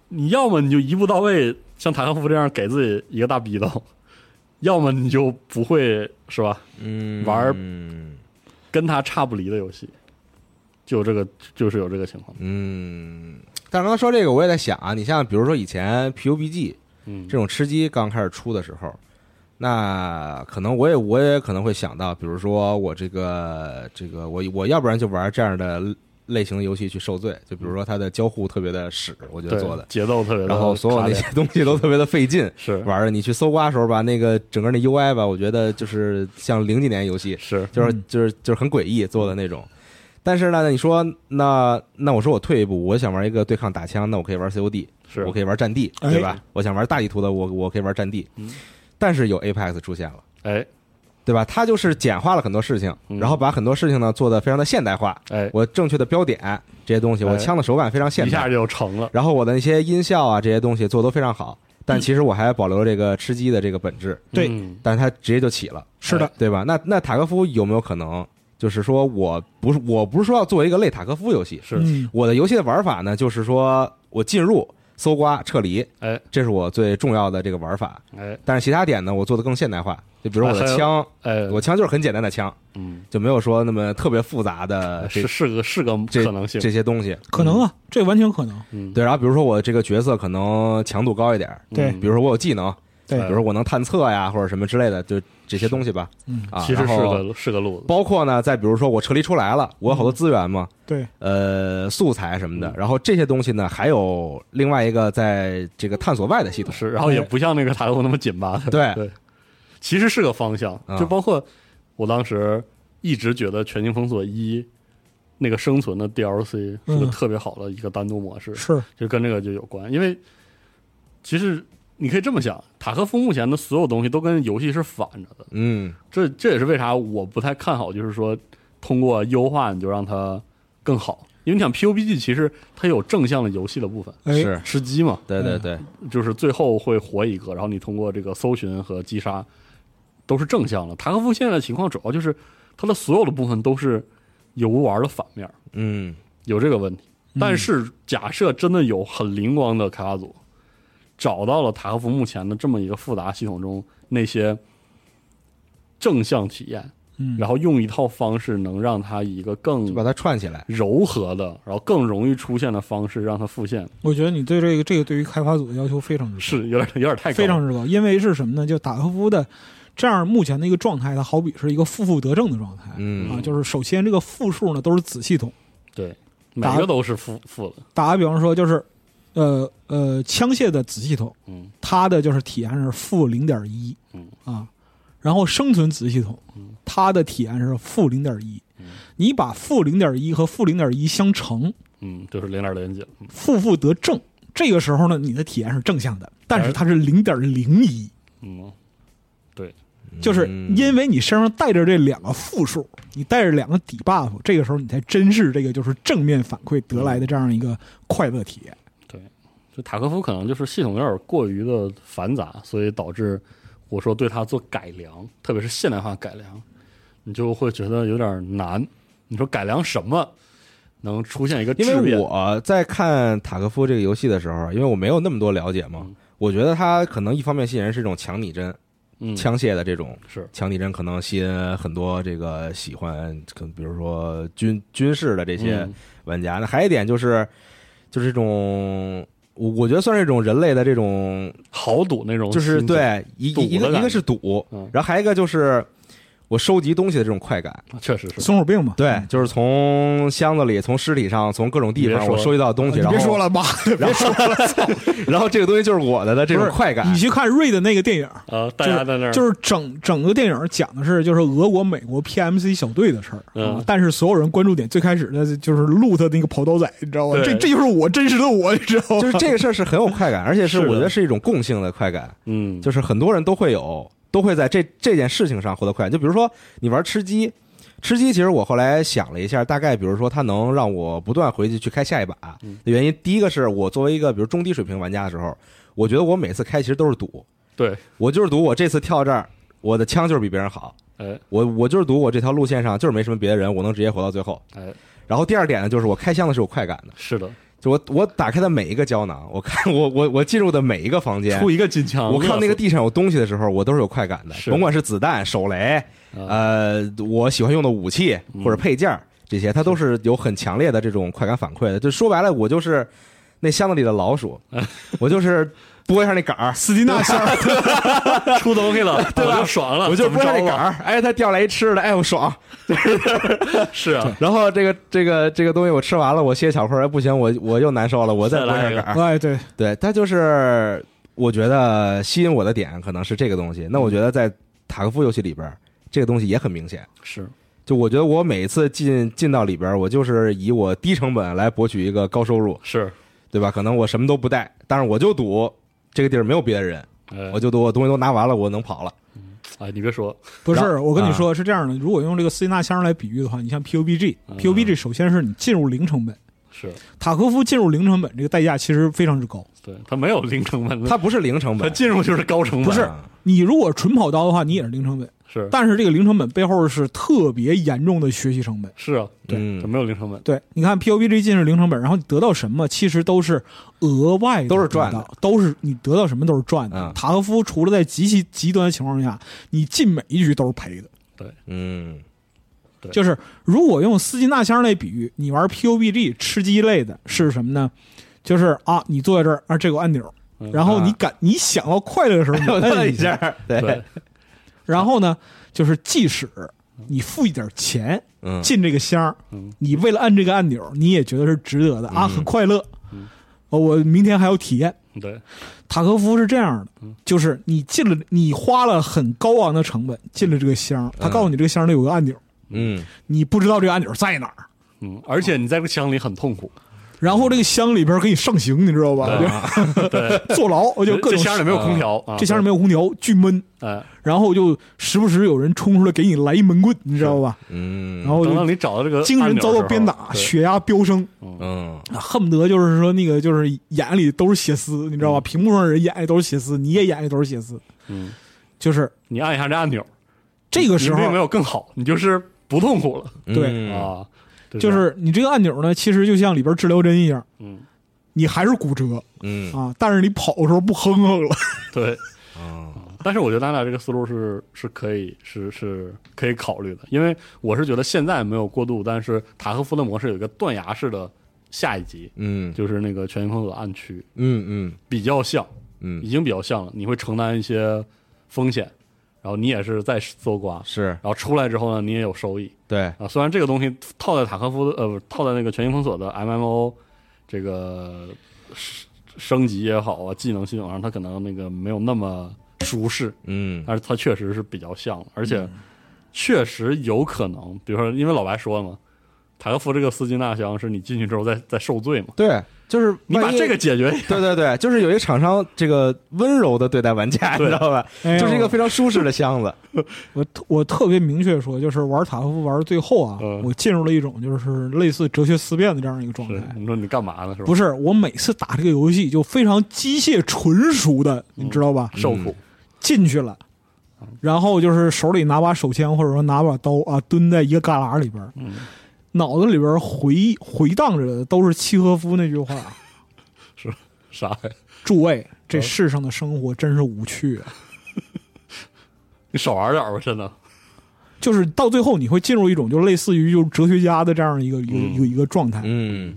B: 你要么你就一步到位，像塔科夫这样给自己一个大逼斗， [laughs] 要么你就不会是吧？
A: 嗯，
B: 玩儿
A: 嗯
B: 跟他差不离的游戏，就有这个就是有这个情况。
A: 嗯。但是刚才说这个，我也在想啊，你像比如说以前 PUBG
B: 嗯，
A: 这种吃鸡刚开始出的时候，那可能我也我也可能会想到，比如说我这个这个我我要不然就玩这样的类型的游戏去受罪，就比如说它的交互特别的屎，我觉得
B: 对
A: 做的，
B: 节奏特别的卡
A: 然
B: 点，
A: 后所有那些东西都特别的费劲。
B: 是
A: 玩儿的，你去搜刮的时候吧，那个整个那 UI 吧，我觉得就是像零几年游戏，
B: 是
A: 就是
C: 嗯
A: 就是就是很诡异做的那种。但是呢，你说那那我说我退一步，我想玩一个对抗打枪，那我可以玩 COD，
B: 是
A: 我可以玩战地，
C: 哎
A: 对吧？我想玩大地图的，我我可以玩战地。
B: 嗯
A: 但是有 Apex 出现了，
B: 哎
A: 对吧？它就是简化了很多事情，
B: 嗯
A: 然后把很多事情呢做的非常的现代化。
B: 哎，
A: 我正确的标点这些东西，我
B: 哎
A: 枪的手感非常现
B: 一
A: 代
B: 下，就成了。
A: 然后我的那些音效啊这些东西做的都非常好。但其实我还保留这个吃鸡的这个本质，
C: 对
B: 嗯
A: 但是它直接就起了。哎
C: 是的，
A: 对吧？那那塔科夫有没有可能，就是说我不是我不是说要做一个类塔科夫游戏，
B: 是
C: 嗯
A: 我的游戏的玩法呢，就是说我进入、搜刮、撤离，
B: 哎
A: 这是我最重要的这个玩法。
B: 哎
A: 但是其他点呢，我做的更现代化，就比如我的枪，
B: 哎，
A: 我枪就是很简单的枪，
B: 嗯，
A: 就没有说那么特别复杂的呃这
B: 啊是是个是个
A: 这
B: 可能性。
A: 这些东西。
C: 可能啊，这完全可能。
B: 嗯，
A: 对，然后比如说我这个角色可能强度高一点，
C: 对
B: 嗯
A: 比如说我有技能，
C: 对
A: 比如说我能探测呀或者什么之类的，就这些东西吧。
C: 嗯
A: 啊，
B: 其实是
A: 然后
B: 个是个路子。
A: 包括呢，再比如说我撤离出来了，我有好多资源嘛，
C: 对，
A: 呃，素材什么的，然后这些东西呢，还有另外一个在这个探索外的系统，
B: 是，然后也不像那个塔罗那么紧巴的。
A: 对
B: 对，其实是个方向，
A: 啊
B: 就包括我当时一直觉得《全境封锁一》那个生存的 DLC 是个
C: 嗯
B: 特别好的一个单独模式，
C: 是
B: 就跟这个就有关。因为其实你可以这么想，塔科夫目前的所有东西都跟游戏是反着的，
A: 嗯
B: 这这也是为啥我不太看好，就是说通过优化你就让它更好。因为你想 PUBG 其实它有正向的游戏的部分，
C: 哎，
A: 是
B: 吃鸡嘛，
A: 对对嗯对，
B: 就是最后会活一个，然后你通过这个搜寻和击杀都是正向的。塔科夫现在的情况主要就是它的所有的部分都是游玩的反面，
A: 嗯
B: 有这个问题。
C: 嗯
B: 但是假设真的有很灵光的开发组找到了塔科夫目前的这么一个复杂系统中那些正向体验，
C: 嗯
B: 然后用一套方式能让它以一个更
A: 就把它串起来，
B: 柔和的，然后更容易出现的方式让它复现，
C: 我觉得你对这个这个对于开发组的要求非常之高
B: 是有点有点太高
C: 非常之高，因为是什么呢？就塔科夫的这样目前的一个状态，它好比是一个负负得正的状态。
A: 嗯
C: 啊，就是首先这个负数呢都是子系统。
B: 对，每个都是负负的。
C: 打个比方说，就是呃呃，枪械的子系统，
B: 嗯，
C: 它的就是体验是负零点一，
B: 嗯
C: 啊，然后生存子系统
B: 嗯，
C: 它的体验是负零点一
B: 嗯。
C: 你把负零点一和负零点一相乘，
B: 嗯，就是零点零几，嗯
C: 负负得正，这个时候呢，你的体验是正向的，但是它是零点零一，
B: 嗯，
A: 嗯
C: 就是因为你身上带着这两个负数，你带着两个底 buff，这个时候你才真是这个就是正面反馈得来的这样一个快乐体验。
B: 就塔科夫可能就是系统有点过于的繁杂，所以导致我说对它做改良，特别是现代化改良，你就会觉得有点难。你说改良什么能出现一个质
A: 因
B: 变？
A: 为我在看塔科夫这个游戏的时候，因为我没有那么多了解嘛，
B: 嗯
A: 我觉得它可能一方面吸引人是一种强拟真、
B: 嗯
A: 枪械的这种
B: 是
A: 强拟真，可能吸引很多这个喜欢，可能比如说军军事的这些
B: 嗯
A: 玩家。那还有一点就是，就是这种。我我觉得算是一种人类的这种，
B: 豪赌那哦种心情，
A: 就是对一
B: 赌的
A: 一个
B: 感觉
A: 一个是赌
B: 嗯，
A: 然后还有一个就是我收集东西的这种快感。
B: 确实是。
C: 松鼠病嘛。
A: 对，嗯就是从箱子里、从尸体上、从各种地
B: 你别
A: 方
B: 说
A: 我收集到东西，
C: 啊你
A: 然
C: 别
A: 后
C: 说了，妈的，别说了，
A: [laughs] 然后这个东西就是我的的这种
C: 不是
A: 快感
C: 你。去看瑞的那个电影，
B: 呃，大家在那儿
C: 就是整整个电影讲的是就是俄国、美国 PMC 小队的事儿、
B: 嗯
C: 啊但是所有人关注点最开始的就是鹿特那个刨刀仔，你知道吗？
B: 对
C: 这这就是我真实的我，你知道
A: [laughs]
C: 吗？
A: 就是这个事儿是很有快感，而且是
B: 是的
A: 我觉得是一种共性的快感，
B: 嗯，
A: 就是很多人都会有，都会在这这件事情上获得快感。就比如说你玩吃鸡，吃鸡其实我后来想了一下，大概比如说它能让我不断回去去开下一把
B: 嗯
A: 的原因，第一个是我作为一个比如中低水平玩家的时候，我觉得我每次开其实都是赌，
B: 对，
A: 我就是赌我这次跳这儿，我的枪就是比别人好，
B: 哎
A: 我我就是赌我这条路线上就是没什么别的人，我能直接活到最后。
B: 哎，
A: 然后第二点呢，就是我开箱的是有快感的。
B: 是的，
A: 就我我打开的每一个胶囊，我看我我我进入的每一个房间，
B: 出一个金枪，
A: 我看到那个
B: 乐
A: 地上有东西的时候，我都是有快感的，
B: 是
A: 甭管是子弹、手雷，
B: 死啊
A: 呃，我喜欢用的武器
B: 嗯
A: 或者配件儿这些，它都是有很强烈的这种快感反馈的。就说白了，我就是那箱子里的老 [laughs] 鼠，我就是拨一下那杆儿，
C: 斯蒂纳仙儿，
B: 出东西了，
A: [laughs] 对吧
B: 我就爽了，
A: 我就
B: 怎么
A: 拨
B: 着啊
A: 一下那杆
B: 了？
A: 儿，哎，它掉来一吃的，哎，我爽。
B: 是啊，
A: 然后这个这个这个东西我吃完了，我歇小会儿，哎不行，我我又难受了，我再拨一下
B: 再来一个
A: 杆儿。
C: 哎，对，
A: 对，它就是我觉得吸引我的点可能是这个东西。那
B: 嗯
A: 我觉得在塔科夫游戏里边儿，这个东西也很明显。
B: 是
A: 就我觉得我每一次进进到里边儿，我就是以我低成本来博取一个高收入，
B: 是，
A: 对吧？可能我什么都不带，但是我就赌这个地儿没有别的人，
B: 哎
A: 我就赌我东西都拿完了，我能跑了。
B: 哎，你别说，
C: 不
A: 然
C: 是，
A: 后啊
C: 我跟你说、是这样的，如果用这个斯蒂纳箱来比喻的话，你像 PUBG，PUBG、
B: 嗯
C: PUBG 首先是你进入零成本，
B: 是
C: 塔科夫进入零成本这个代价其实非常之高。
B: 对他没有零成本，
A: 它不是零成
B: 他
A: 本，
B: 进入就是高成本，
C: 不是
A: 啊
C: 你如果纯跑刀的话，你也是零成本，
B: 是
C: 但是这个零成本背后是特别严重的学习成本。
B: 是啊，
C: 对
A: 嗯
B: 他没有零成本，
C: 对，你看 PUBG 进是零成本，然后你得到什么，其实都是额外的
A: 都是赚的
C: 得到，都是你得到什么都是赚的。
A: 嗯
C: 塔科夫除了在极其极端的情况下，你进每一局都是赔的。
A: 嗯，
B: 对
C: 就是如果用斯金纳箱来比喻，你玩 PUBG 吃鸡类的是什么呢？就是啊，你坐在这儿啊，这有按钮，
B: 嗯
C: 然后你
A: 啊
C: 感、你想要快乐的时候，你
A: [laughs] 我
C: 摁
A: 摁
C: 一
A: 一下，，对，
B: 对，
C: 然后呢，就是即使你付一点钱，
A: 嗯，
C: 进这个箱儿
B: 嗯，
C: 你为了按这个按钮，你也觉得是值得的啊，
A: 嗯
C: 很快乐
B: 嗯。
C: 哦，我明天还有体验。
B: 对，
C: 塔科夫是这样的
B: 嗯，
C: 就是你进了，你花了很高昂的成本进了这个箱儿，他
A: 嗯
C: 告诉你这个箱儿里有个按钮，
A: 嗯，
C: 你不知道这个按钮在哪儿，
B: 嗯，而且你在这个箱里很痛苦，
C: 然后这个箱里边给你上刑，你知道吧？就 [laughs] 坐牢，我就各
B: [laughs] 这
C: 种
B: 箱里没有空调啊，
C: 这箱里没有空调，巨闷，
B: 对，哎，
C: 然后就时不时有人冲出来给你来一闷棍，你知道吧？
A: 嗯，
C: 然后
B: 等到
C: 就
B: 你找到这个
C: 哦精神遭到鞭
B: 按
C: 打，
B: 钮的时候
C: 血压飙升。
A: 嗯，
C: 啊恨不得就是说那个就是眼里都是血丝，你知道吧？屏幕上人眼里都是血丝，你也眼里都是血丝，
B: 对嗯，
C: 就是
B: 你按一下这按钮，
C: 这个时
B: 你并没
C: 候，
B: 有更好，你就是不痛苦了
C: 对
A: 嗯，
B: 啊，对
C: 就是你这个按钮呢，其实就像里边治疗针一样，
B: 嗯，
C: 你还是骨折
A: 嗯，
C: 啊，但是你跑的时候不哼哼
B: [laughs]
C: 了，
B: 对。
A: 嗯
C: 哦
B: 但是我觉得咱俩这个思路是是可以是是可以考虑的，因为我是觉得现在没有过渡，但是塔科夫的模式有一个断崖式的下一级，
A: 嗯，
B: 就是那个全天封锁暗区，
A: 嗯嗯
B: 比较像，
A: 嗯，
B: 已经比较像了。你会承担一些风险，然后你也是在搜刮，
A: 是
B: 然后出来之后呢，你也有收益
A: 对，
B: 啊。虽然这个东西套在塔科夫的呃不是套在那个全境封锁的 MMO 这个升升级也好啊，技能系统上它可能那个没有那么舒适，
A: 嗯
B: 但是它确实是比较像，而且确实有可能，比如说，因为老白说了嘛，塔科夫这个斯金纳箱是你进去之后再再受罪嘛？
A: 对，就是
B: 你把
A: 万一
B: 这个解决，
A: 对对对，就是有一厂商这个温柔的对待玩家，你
B: 对
A: 知道吧？
C: 哎呦
A: 就是一个非常舒适的箱子。
C: 我特我特别明确说，就是玩塔科夫玩到最后啊，
B: 嗯
C: 我进入了一种就是类似哲学思辨的这样一个状
B: 是
C: 态。
A: 嗯
B: 你说你干嘛呢？是吧？
C: 不是，我每次打这个游戏就非常机械纯熟的，你知道吧？
B: 受苦，
A: 嗯
C: 进去了，然后就是手里拿把手枪或者说拿把刀啊，蹲在一个旮旯里边，
B: 嗯，
C: 脑子里边回回荡着的都是契诃夫那句话
B: 啥呀？：“
C: 诸位，这世上的生活真是无趣啊！”
B: 你少玩点儿吧，真的。
C: 就是到最后你会进入一种就类似于就是哲学家的这样一个一个一个一个状态。
A: 嗯，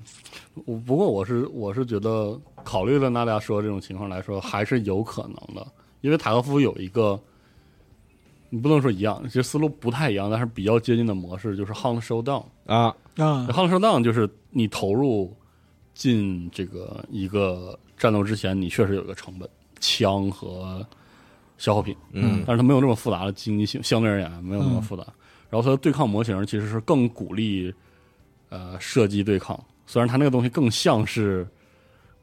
B: 我不过我是我是觉得，考虑了娜俩说这种情况来说，还是有可能的，因为塔科夫有一个，你不能说一样，其实思路不太一样，但是比较接近的模式就是 hunt showdown。
A: 啊，
C: 啊，
B: hunt showdown 就是你投入进这个一个战斗之前，你确实有一个成本，枪和消耗品，
A: 嗯，
B: 但是它没有这么复杂的经济性，相对而言没有那么复杂。然后它的对抗模型其实是更鼓励呃射击对抗，虽然它那个东西更像是《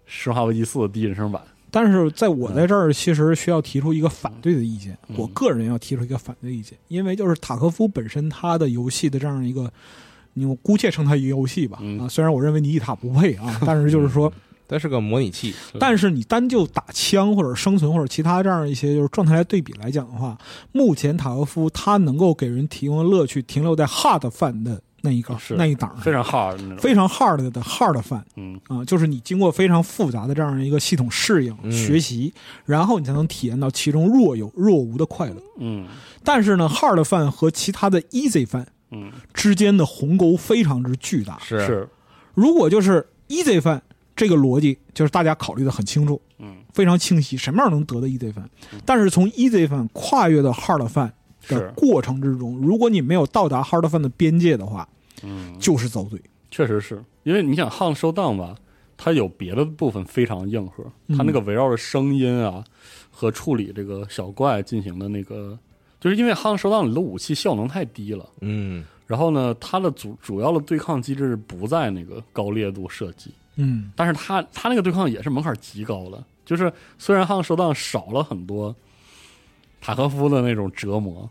B: 生化危机四》的第一人称版，
C: 但是在我在这儿其实需要提出一个反对的意见，
B: 嗯
C: 我个人要提出一个反对意见，因为就是塔科夫本身他的游戏的这样一个，你我姑且称它一个游戏吧
B: 嗯
C: 啊，虽然我认为你一塔不配
B: [laughs]
C: 啊，但是就是说，
A: 它是个模拟器。
B: 对
C: 但是你单就打枪或者生存或者其他这样一些就是状态来对比来讲的话，目前塔科夫它能够给人提供的乐趣停留在 hard 范的那一个
B: 是
C: 那一档上，
B: 非常 hard 那种。
C: 非常 hard 的 hard 范。
B: 嗯，
C: 啊、就是你经过非常复杂的这样一个系统适应、
A: 嗯
C: 学习，然后你才能体验到其中若有若无的快乐。
B: 嗯
C: 但是呢，hard 饭和其他的 easy 饭
B: 嗯，
C: 之间的鸿沟非常之巨大。
A: 是
B: 是
C: 如果就是 easy 饭这个逻辑，就是大家考虑的很清楚，
B: 嗯，
C: 非常清晰，什么样能得到 easy 饭？但是从 easy 饭跨越到 hard 饭的
B: 是，
C: 过程之中，如果你没有到达 hard 饭的边界的话，
B: 嗯，
C: 就是遭罪。
B: 确实是因为你想 hunt showdown 吧，它有别的部分非常硬核，
C: 嗯
B: 它那个围绕着声音啊和处理这个小怪进行的那个，就是因为 hunt showdown 里的武器效能太低了。
A: 嗯
B: 然后呢，它的主主要的对抗机制不在那个高烈度射击，
C: 嗯
B: 但是它它那个对抗也是门槛极高的，就是虽然汉收档少了很多塔科夫的那种折磨，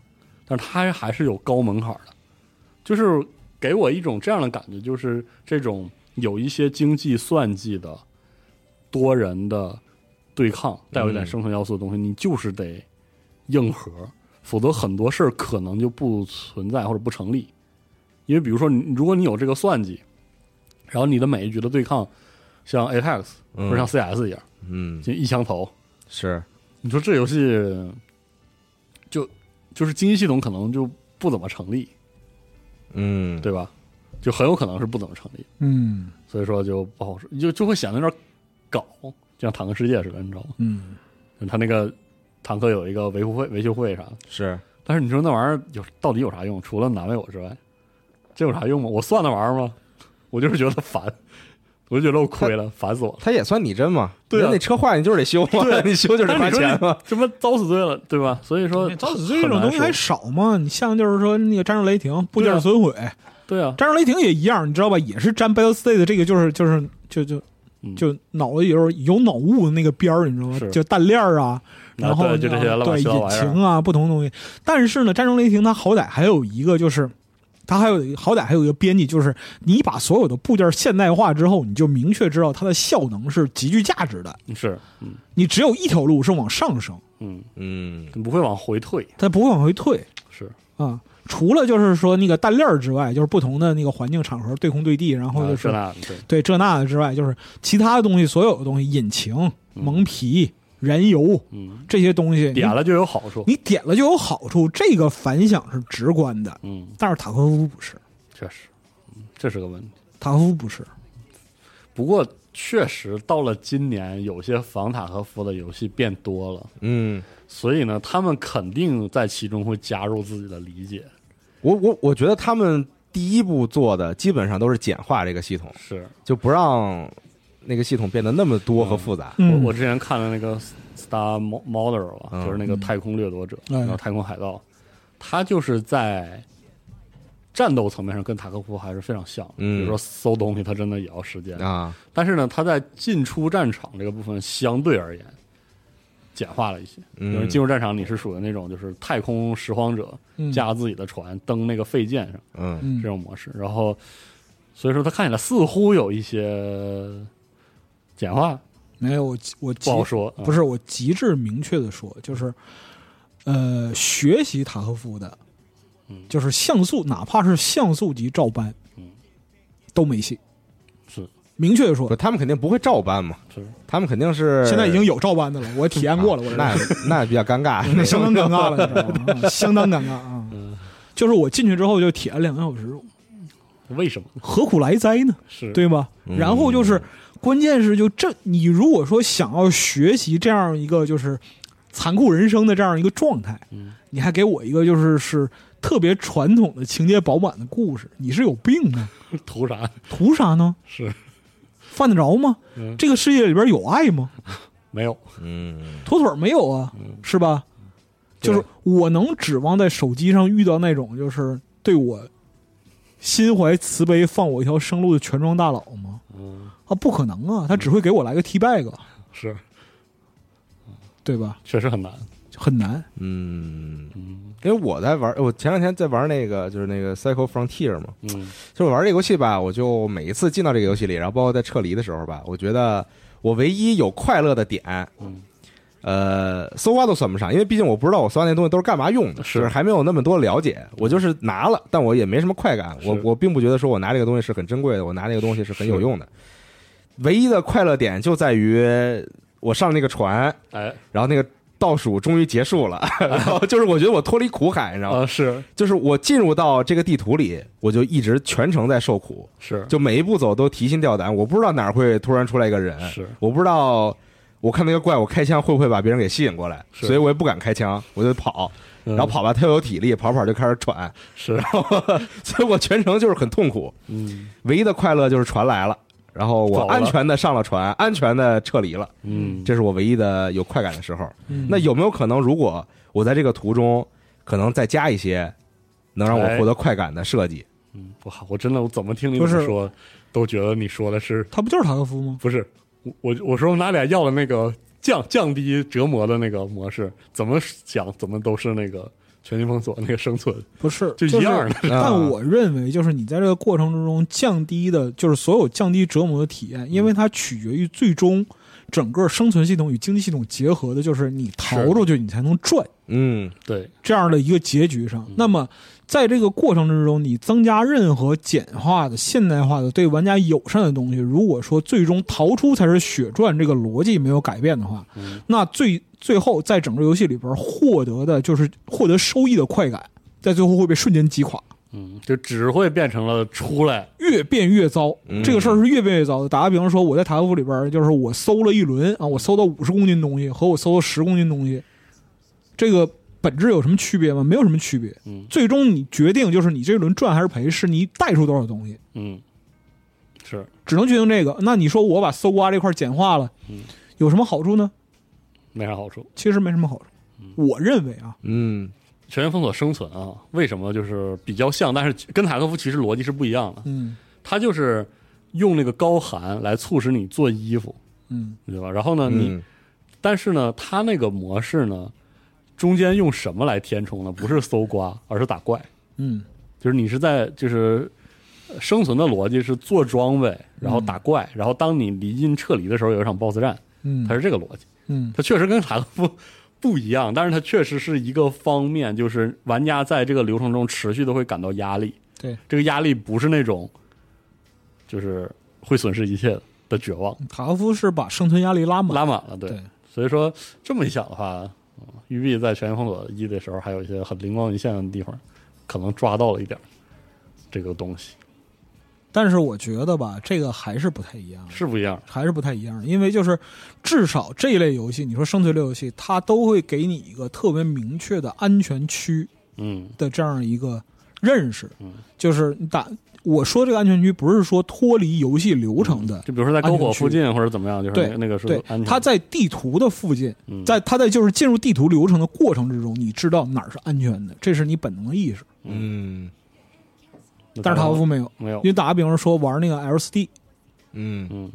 B: 但是它还是有高门槛的，就是给我一种这样的感觉，就是这种有一些经济算计的多人的对抗，带有一点生存要素的东西，你就是得硬核，否则很多事儿可能就不存在或者不成立。因为比如说你，如果你有这个算计，然后你的每一局的对抗像 Apex
A: 嗯
B: 或者像 CS 一样，
A: 嗯，
B: 就一枪头。
A: 是
B: 你说这游戏就就是经济系统可能就不怎么成立，
A: 嗯，
B: 对吧？就很有可能是不怎么成立，
C: 嗯
B: 所以说就不好说，就就会显得有点搞，就像坦克世界似的，你知道吗？
C: 嗯，
B: 就他那个坦克有一个维护会、维修会啥的，
A: 是
B: 但是你说那玩意儿有到底有啥用？除了难为我之外，这有啥用吗？我算那玩意儿吗？我就是觉得烦，我就觉得我亏了，烦死我了。
A: 它也算拟真嘛？
B: 对啊
A: 人家那车坏你就是得修啊，
B: 对
A: 你修就是得花钱嘛。
B: 这不遭死罪了，对吧？所以说
C: 造纸这种东西
B: 很
C: 还
B: 难说啊
C: 少吗？你像就是说那个战争雷霆部件损毁，
B: 对啊，
C: 战争雷霆也一样，你知道吧？也是沾 b a t t l s t a t e 的这个就是就是就就
B: 嗯
C: 就脑子有有脑雾的那个边儿，你知道吗
B: 是？
C: 就弹链儿啊，
B: 啊
C: 然后
B: 对就这些
C: 啊
B: 乱
C: 对
B: 七八糟
C: 引
B: 玩意儿
C: 擎啊，不同的东西。但是呢，战争雷霆它好歹还有一个就是。它还有一个好歹还有一个编辑，就是你把所有的部件现代化之后，你就明确知道它的效能是极具价值的。
B: 是，嗯
C: 你只有一条路是往上升，
B: 嗯，
A: 嗯
B: 你不会往回退，
C: 它不会往回退。
B: 是
C: 啊，除了就是说那个弹链儿之外，就是不同的那个环境场合对空对地，然后
B: 啊
C: 就是、
B: 这那的对，
C: 对这那的之外，就是其他的东西，所有的东西，引擎、
B: 嗯
C: 蒙皮、燃油
B: 嗯，
C: 这些东西，你
B: 点了就有好处，
C: 你点了就有好处，这个反响是直观的。
B: 嗯，
C: 但是塔科夫不是，
B: 确实，嗯这是个问题。
C: 塔科夫不是，
B: 不过确实到了今年，有些仿塔和夫的游戏变多了，
A: 嗯，
B: 所以呢，他们肯定在其中会加入自己的理解，
A: 我我我觉得他们第一步做的基本上都是简化这个系统，
B: 是。
A: 就不让那个系统变得那么多和复杂。
C: 嗯，
B: 我我之前看了那个 Star Mo- Model 吧，
A: 嗯
C: 哎
B: 就是那个太空掠夺者，
C: 嗯
B: 然后太空海盗，他就是在战斗层面上跟塔科夫还是非常像的。
A: 嗯
B: 比如说搜东西，它真的也要时间，
A: 啊，
B: 但是呢，它在进出战场这个部分相对而言简化了一些。
A: 嗯
B: 就是进入战场，你是属于那种就是太空拾荒者
C: 嗯
B: 驾自己的船登那个废舰上
A: 嗯
C: 嗯
B: 这种模式，然后所以说它看起来似乎有一些简化，
C: 没有我极我极
B: 不好说。
C: 不
B: 是，
C: 是我极致明确的说，就是呃，学习塔科夫的，就是像素，哪怕是像素级照搬，
B: 嗯
C: 都没戏。
B: 是
C: 明确的说
A: 不，，他们肯定不会照搬嘛，
B: 是
A: 他们肯定是啊
C: 现在已经有照搬的了，我体验过了，我
A: 那那比较尴尬，
C: 那相当尴尬了，你知道吗？
A: [laughs]
C: 啊相当尴尬啊！
B: 嗯
C: 就是我进去之后就体验两个小时，
B: 啊为什么？
C: 何苦来哉呢？
B: 是
C: 对吧？
B: 嗯
C: 然后就是，关键是就这，你如果说想要学习这样一个就是残酷人生的这样一个状态，
B: 嗯
C: 你还给我一个就是是特别传统的情节饱满的故事，你是有病啊！
B: 图啥？
C: 图啥呢？
B: 是
C: 犯得着吗？
B: 嗯
C: 这个世界里边有爱吗？
B: 没有，
A: 嗯，
C: 妥妥没有啊，是吧？就
B: 对
C: 是我能指望在手机上遇到那种就是对我心怀慈悲放我一条生路的全庄大佬吗？
B: 嗯，
C: 啊，不可能啊，他只会给我来个 T bag，
B: 是
C: 对吧？
B: 确实很难。
C: 很难。
A: 嗯，
B: 嗯
A: 因为我在玩，我前两天在玩那个就是那个 Psycho Frontier 嘛，
B: 嗯
A: 就是我玩这个游戏吧，我就每一次进到这个游戏里，然后包括在撤离的时候吧，我觉得我唯一有快乐的点，
B: 嗯
A: 呃，搜刮都算不上，因为毕竟我不知道我搜刮那东西都是干嘛用的，
B: 是
A: 就是还没有那么多了解。我就是拿了，但我也没什么快感，我
B: 是
A: 我并不觉得说我拿这个东西是很珍贵的，我拿这个东西是很有用的。唯一的快乐点就在于我上那个船，
B: 哎
A: 然后那个。倒数终于结束
B: [laughs]
A: 了，然后就是我觉得我脱离苦海，你知道吗？
B: 啊是
A: 就是我进入到这个地图里，我就一直全程在受苦，
B: 是
A: 就每一步走都提心吊胆，我不知道哪儿会突然出来一个人，
B: 是
A: 我不知道我看那个怪物开枪会不会把别人给吸引过来，
B: 是
A: 所以我也不敢开枪，我就跑，
B: 嗯
A: 然后跑吧，他又有体力，跑跑就开始喘， [laughs]
B: 是
A: 所以我全程就是很痛苦，
B: 嗯
A: 唯一的快乐就是船来了。然后我
B: 走了
A: 安全的上了船，安全的撤离了，
B: 嗯
A: 这是我唯一的有快感的时候。
C: 嗯
A: 那有没有可能，如果我在这个途中，可能再加一些能让
C: 哎
A: 我获得快感的设计？
B: 嗯不好，我真的我怎么听你
C: 不
B: 怎
C: 是
B: 么说，都觉得你说的是
C: 他不就是塔科夫吗？
B: 不是？我我我说我拿俩要了那个降降低折磨的那个模式，怎么想怎么都是那个全境封锁那个生存，
C: 不是，
B: 就一样
C: 是
B: 的。
A: 啊
C: 但我认为，就是你在这个过程之中降低的，就是所有降低折磨的体验，因为它取决于最终整个生存系统与经济系统结合的，就是你逃出去，你才能赚
A: 嗯
B: 对，
C: 这样的一个结局上。那么，在这个过程之中，你增加任何简化的、现代化的、对玩家友善的东西，如果说最终逃出才是血赚这个逻辑没有改变的话，
B: 嗯
C: 那最最后在整个游戏里边获得的就是获得收益的快感，在最后会被瞬间击垮，
B: 嗯，就只会变成了出来，
C: 越变越糟。
A: 嗯
C: 这个事儿是越变越糟的。打个比方说，我在塔科夫里边，就是我搜了一轮啊，我搜到五十公斤东西和我搜到十公斤东西，这个本质有什么区别吗？没有什么区别。
B: 嗯
C: 最终你决定就是你这一轮赚还是赔，是你带出多少东西，
B: 嗯，是
C: 只能决定这个。那你说我把搜刮这块简化了，
B: 嗯
C: 有什么好处呢？
B: 没啥好处。
C: 其实没什么好处。我认为啊，
A: 嗯
B: 全员封锁生存啊，为什么就是比较像，但是跟塔科夫其实逻辑是不一样的。
C: 嗯
B: 它就是用那个高寒来促使你做衣服，
C: 嗯
B: 对吧？然后呢，你
A: 嗯
B: 但是呢，它那个模式呢，中间用什么来填充呢？不是搜刮，而是打怪。
C: 嗯
B: 就是你是在就是呃生存的逻辑是做装备，然后打怪，然后当你离近撤离的时候有一场 BOSS 战，
C: 嗯，
B: 它是这个逻辑。
C: 嗯
B: 它确实跟塔科夫不 [laughs] 一样，但是它确实是一个方面，就是玩家在这个流程中持续的会感到压力。
C: 对，
B: 这个压力不是那种就是会损失一切的绝望，
C: 塔科夫是把生存压力拉满，
B: 拉满了。对，
C: 对
B: 所以说这么一想的话，嗯育碧在《全员封锁一》的时候还有一些很灵光一现的地方，可能抓到了一点儿这个东西，
C: 但是我觉得吧，这个还是不太一样，
B: 是不一样。
C: 还是不太一样，因为就是至少这一类游戏，你说生存类游戏，它都会给你一个特别明确的安全区
B: 嗯
C: 的这样一个认识，
B: 嗯
C: 就是你打我说这个安全区，不是说脱离游戏流程的。
B: 嗯就比如说在篝火附近或者怎么样，就是那
C: 对
B: 那个是
C: 对
B: 安全，的。
C: 它在地图的附近，
B: 嗯
C: 在它在就是进入地图流程的过程之中，你知道哪儿是安全的，这是你本能的意识。
A: 嗯
C: 但是塔科夫没有。
B: 没有
C: 因，为打个比方说玩那个 LCD
A: 嗯，
B: 嗯，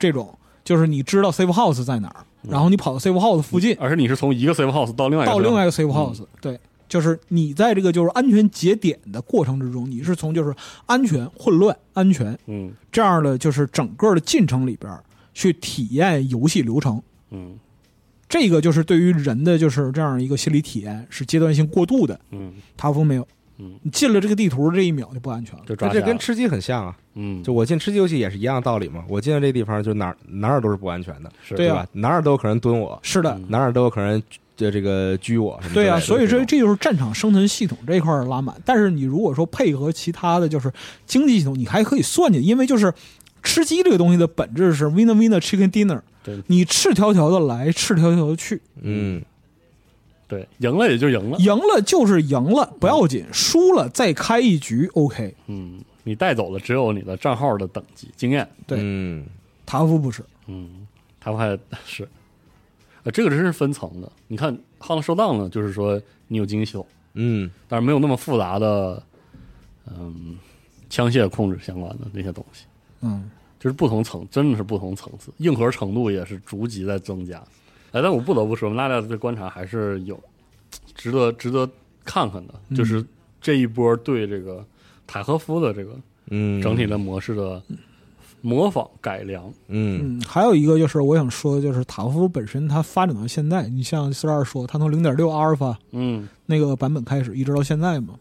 C: 这种，就是你知道 safe house 在哪儿，然后你跑到 safe house 附近，
B: 而且你是从一个 safe house 到另嗯外一个嗯
C: 到
B: safe
C: 另外一
B: house
C: 个 safe house，、对，就是你在这个就是安全节点的过程之中，你是从就是安全、混乱、安全
B: 嗯
C: 这样的就是整个的进程里边儿去体验游戏流程。
B: 嗯
C: 这个就是对于人的就是这样一个心理体验是阶段性过渡的，
B: 嗯，
C: 塔夫没有，
B: 嗯，
C: 你进了这个地图这一秒就不安全了，
B: 就抓
A: 那
B: 瞎
A: 这跟
B: 了
A: 吃鸡很像啊。
B: 嗯
A: 就我进吃鸡游戏也是一样的道理嘛。我进了这地方，就哪儿哪儿都是不安全的，
B: 是
C: 对啊
A: 吧？哪儿都有可能蹲我，
C: 是的，
B: 嗯
A: 哪儿都有可能这这个狙我什么之
C: 对
A: 类的
C: 啊，所
A: 这
C: 以这
A: 种
C: 这就是战场生存系统这一块儿拉满。但是你如果说配合其他的就是经济系统，你还可以算计，因为就是吃鸡这个东西的本质是 winner winner chicken dinner，
B: 对
C: 你赤条条的来，赤条条的去，
A: 嗯，
B: 对，赢了也就赢了，
C: 赢了就是赢了，不要紧，输了再开一局，OK。
B: 嗯，你带走的只有你的账号的等级经验，
C: 对
A: 嗯
C: 塔夫不是，
B: 嗯，他们还是，呃，这个真是分层的。你看《h u n t 呢，就是说你有经济系统，
A: 嗯
B: 但是没有那么复杂的，嗯，枪械控制相关的那些东西，
C: 嗯，
B: 就是不同层，真的是不同层次，硬核程度也是逐级在增加。哎，但我不得不说，我们拉拉的观察还是有值得值得看看的，
C: 嗯
B: 就是这一波对这个塔科夫的这个
A: 嗯，
B: 整体的模式的模仿改良，
A: 嗯
C: 嗯，还有一个就是我想说的就是塔夫本身它发展到现在，你像四二说，它从零点六阿尔法
B: 嗯
C: 那个版本开始，一直到现在嘛。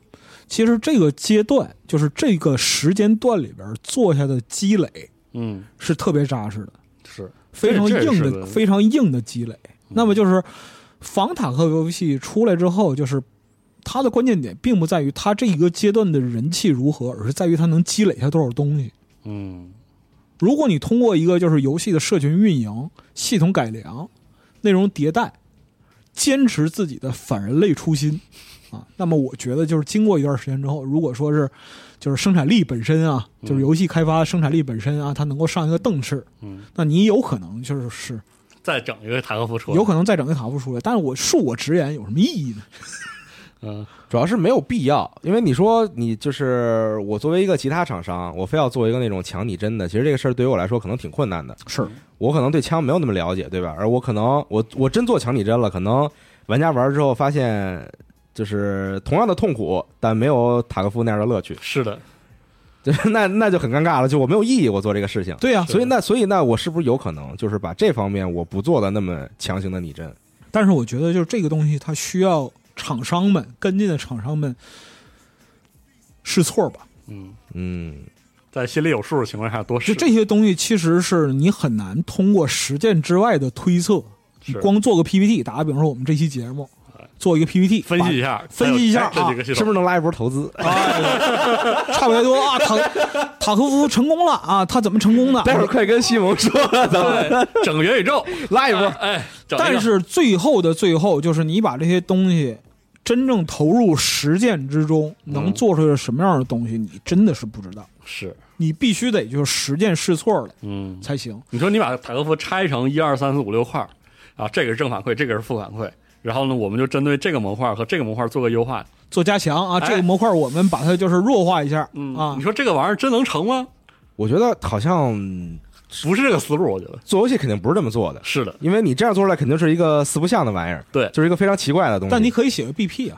C: 其实这个阶段，就是这个时间段里边做下的积累
B: 嗯，
C: 是特别扎实的，
B: 是。
C: 非常
B: 这这
C: 硬
B: 是嗯
C: 的、
B: 个
C: 非常硬的积累。那么就是防塔克游戏出来之后，就是它的关键点并不在于它这一个阶段的人气如何，而是在于它能积累下多少东西。
B: 嗯
C: 如果你通过一个就是游戏的社群运营、系统改良、内容迭代，坚持自己的反人类初心啊，那么我觉得就是经过一段时间之后，如果说是就是生产力本身啊，就是游戏开发生产力本身啊，它能够上一个档次，
B: 嗯，
C: 那你有可能就是是
B: 再整一个塔科夫出来，
C: 有可能再整个塔夫出来，但是我恕我直言，有什么意义呢？
B: 嗯
A: 主要是没有必要，因为你说你就是我作为一个其他厂商，我非要做一个那种抢你真的，其实这个事儿对于我来说可能挺困难的。
C: 是
A: 我可能对枪没有那么了解，对吧？而我可能我我真做抢你针了，可能玩家玩之后发现就是同样的痛苦，但没有塔科夫那样的乐趣， [laughs]
B: 是的，
A: 就是那那就很尴尬了，就我没有意义，我做这个事情。
C: 对呀、
A: 所以那所以那我是不是有可能就是把这方面我不做的那么强行的拟真？
C: 但是我觉得就是这个东西，它需要厂商们跟进的厂商们试错吧。
B: 嗯，
A: 嗯
B: 在心里有数的情况下多
C: 就
B: 试，
C: 这些东西，其实是你很难通过实践之外的推测。你
B: 是哎
C: 光做个 PPT，打个比方说，我们这期节目做一个 PPT，
B: 分析一
C: 下，
B: 下，
C: 分析一下啊
B: 哎这几个
A: 是
B: 系
A: 不是
B: 统
A: 能拉一波投资？
C: 把差不太多啊。
B: [laughs]
C: 塔塔科夫成功了啊，他怎么成功的？
A: [laughs] 待会儿快跟西蒙说了，咱们
B: 对整元宇
C: [laughs]
B: 宙
A: [laughs] 拉一波。
B: 哎，整一个
C: 但是最后的最后，就是你把这些东西真正投入实践之中，
B: 嗯
C: 能做出来什么样的东西，你真的是不知道。
B: 是
C: 你必须得就是实践试错了
B: 嗯，
C: 才行。
B: 你说你把塔科夫拆成一二三四五六块儿啊，这个是正反馈，这个是负反馈。然后呢，我们就针对这个模块和这个模块做个优化。
C: 做加强啊，
B: 哎
C: 这个模块我们把它就是弱化一下
B: 嗯
C: 啊
B: 你。说这个玩意儿真能成吗？
A: 我觉得好像
B: 不是这个思路，我觉得
A: 做游戏肯定不是这么做的，
B: 是的，
A: 因为你这样做出来肯定是一个四不像的玩意儿，
B: 对
A: 就是一个非常奇怪的东西。
C: 但你可以写个 BP 啊，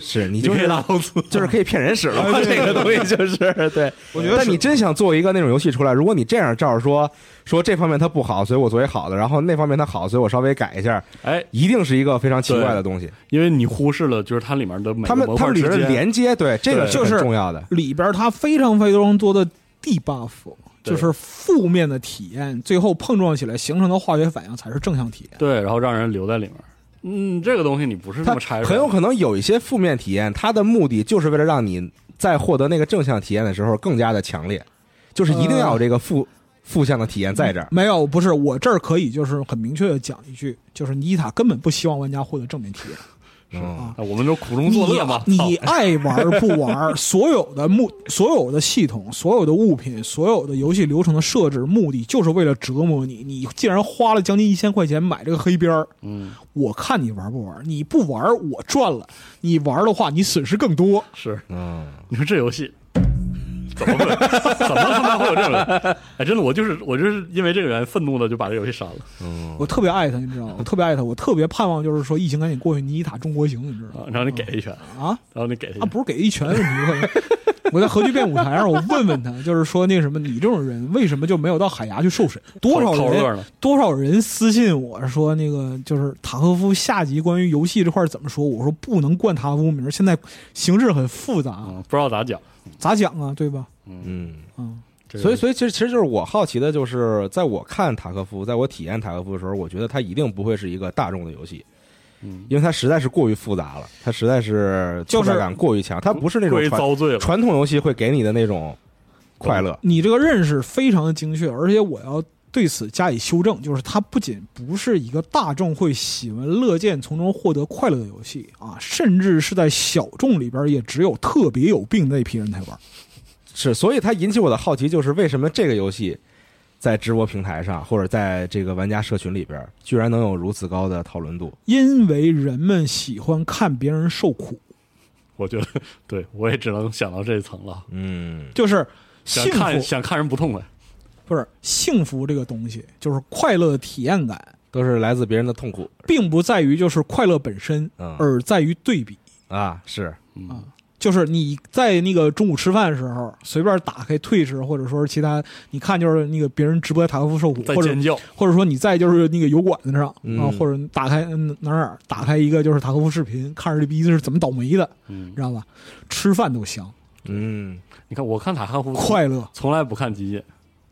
A: 是你
B: 你
A: 就
B: 可以
A: 是
B: 拉投资，
A: 就是可以骗人使
B: [laughs]
A: 了，这个东西就是 [laughs] 对。
C: 我觉得
A: 但你真想做一个那种游戏出来，如果你这样照着说说这方面它不好，所以我作为好的，然后那方面它好，所以我稍微改一下，
B: 哎，
A: 一定是一个非常奇怪的东西。
B: 因为你忽视了就是它里面的每
A: 他
B: 个
A: 们
B: 模
A: 他
B: 块
A: 们
B: 之
A: 里面的
B: 间
A: 连接，对这个
B: 对
C: 就是
A: 很重要的。
C: 里边它非常非常多的 debuff，
B: 对
C: 就是负面的体验，最后碰撞起来形成的化学反应才是正向体验。
B: 对，然后让人留在里面。嗯，这个东西你不是这
A: 它
B: 么拆出来的，
A: 很有可能有一些负面体验，它的目的就是为了让你在获得那个正向体验的时候更加的强烈，就是一定要有这个
B: 嗯
A: 负、负向的体验在这儿。
C: 没有，不是我这儿可以就是很明确的讲一句，就是妮塔根本不希望玩家获得正面体验。
A: 嗯，
B: 啊，我们就苦中作乐嘛。
C: 你
B: 操
C: 你爱玩不
B: [laughs]
C: 玩，所有的目、所有的系统、所有的物品、所有的游戏流程的设置，目的就是为了折磨你。你既然花了将近一千块钱买这个黑边儿，
B: 嗯，
C: 我看你玩不玩。你不玩，我赚了；你玩的话，你损失更多。
B: 是，
A: 嗯
B: 你说这游戏
A: [laughs]
B: 怎么会怎么他妈会有这种人？哎，真的，我就是我就是因为这个原因愤怒的就把这游戏删了
C: 我特别爱他，你知道吗？我特别爱他，我特别盼望就是说疫情赶紧过去，你一塔中国行，你知道
B: 啊
C: 吗？，
B: 然后你给他一拳，
C: 啊
B: 然后你给他一
C: 啊，
B: 拳，
C: 不是给一拳问题，我 [laughs] 我在核聚变舞台上，我问问他，就是说那个什么，你这种人为什么就没有到海牙去受审？多少
B: 偷偷乐
C: 人
B: 呢？
C: 多少人私信我说那个就是塔科夫下集关于游戏这块怎么说？我说不能冠塔科夫名，现在形势很复杂，
B: 嗯，不知道咋讲，
C: 咋讲啊？对吧？
A: 嗯，
C: 嗯，
B: 这个
A: 所以所以其实其实就是我好奇的就是，在我看塔科夫，在我体验塔科夫的时候，我觉得它一定不会是一个大众的游戏，
B: 嗯
A: 因为它实在是过于复杂了，它实在是
C: 就是
A: 挫败感过于强，它不是那种
B: 过于
A: 传
B: 遭罪了，
A: 传统游戏会给你的那种快乐。
C: 你这个认识非常的精确，而且我要对此加以修正，就是它不仅不是一个大众会喜闻乐见、从中获得快乐的游戏啊，甚至是在小众里边也只有特别有病那批人才玩。
A: 是，所以它引起我的好奇就是为什么这个游戏在直播平台上或者在这个玩家社群里边，居然能有如此高的讨论度？
C: 因为人们喜欢看别人受苦， [laughs]
B: 我觉得对我也只能想到这一层了，
A: 嗯，
C: 就是
B: 想
C: 幸
B: 看
C: 福
B: 想看人不痛快，
C: 不是幸福这个东西，就是快乐的体验感，
A: 都是来自别人的痛苦。
C: 并不在于就是快乐本身，
A: 嗯
C: 而在于对比。
A: 啊，是，
B: 嗯，
C: 就是你在那个中午吃饭的时候，随便打开 Twitch 或者说是其他，你看就是那个别人直播塔科夫受苦，
B: 在
C: 或者
B: 尖叫，
C: 或者说你在就是那个油管子上、
A: 嗯
C: 啊，或者你打开嗯哪儿哪儿打开一个就是塔科夫视频，看着这逼子是怎么倒霉的，
B: 嗯
C: 知，道吧？吃饭都香，
A: 嗯
B: 你看我看塔科夫
C: 快乐，
B: 从来不看集锦，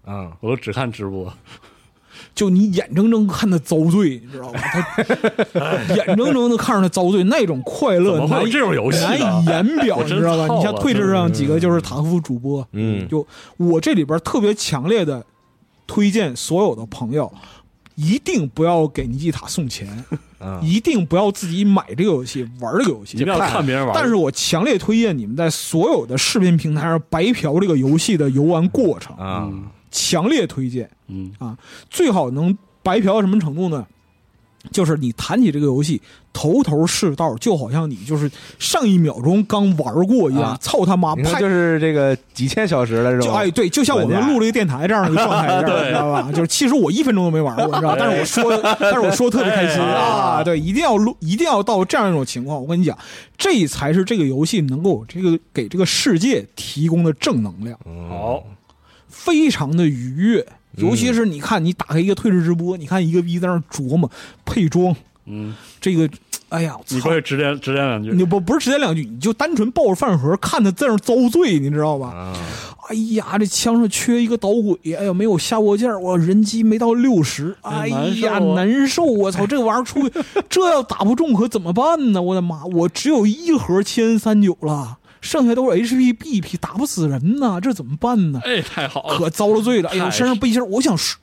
A: 嗯，
B: 我都只看直播，
C: 就你眼睁睁看他遭罪，你知道吧？他眼睁睁的看着他遭罪，那种快
B: 怎
C: 乐
B: 么会有
C: 难以
B: 这种游戏
C: 难以
B: 呢？
C: 言表，
B: 我
C: 你
B: 真
C: 知道吧？
B: 操
C: 你像
B: 了嗯
C: 退
B: 真
C: 志
B: 是
C: 上几个就是塔科夫主播，
A: 嗯
C: 就我这里边特别强烈的推荐所有的朋友，一定不要给尼基塔送
B: [laughs]
C: 钱，
A: 啊，
C: 一定不要自己买这个游戏玩这个游
B: 一
C: 戏
B: 定。要看别人玩，
C: 但是我强烈推荐你们在所有的视频平台上白嫖这个游戏的游玩过程，
A: 啊，
B: 嗯
C: 强烈推荐。啊
B: 嗯
C: 最好能白嫖到什么程度呢？就是你谈起这个游戏，头头是道，就好像你就是上一秒钟刚玩过一样。
A: 啊
C: 操他妈，
A: 你看
C: 拍
A: 就是这个几千小时了，是
C: 就
A: 吧
C: 哎？对，就像我们
A: 玩家
C: 录这个电台这样的一个
A: [laughs]
C: 状态一样，
B: 对
C: 你知道吧？就是其实我一分钟都没玩过，你知道吧，但是我说的，但是我说得特别开心
B: 哎
C: 啊！对，一定要录，一定要到这样一种情况。我跟你讲，这才是这个游戏能够这个给这个世界提供的正能量，
B: 好，
C: 非常的愉悦。
B: 嗯
C: 尤其是你看，你打开一个退市直播，你看一个逼在那儿琢磨配装，
B: 嗯，
C: 这个，哎呀，我
B: 你
C: 操
B: 过！去指点指点两句，
C: 你不不是直接两句，你就单纯抱着饭盒看他在那儿遭罪，你知道吧？
A: 啊，
C: 哎呀，这枪上缺一个导轨，哎呀，没有下握件儿，我人机没到六十，
B: 哎
C: 哎
B: 难受
C: 呀，
B: 啊
C: 难受！我
B: [laughs]
C: 操，这玩意儿出去，这要打不中可怎么办呢？我的妈，我只有一盒七 N 三九了，剩下都是 HP、BP，打不死人呐，这怎么办呢？
B: 哎，太好了，
C: 可遭了罪了！哎呀，
B: 太
C: 我身上背心儿，我想睡，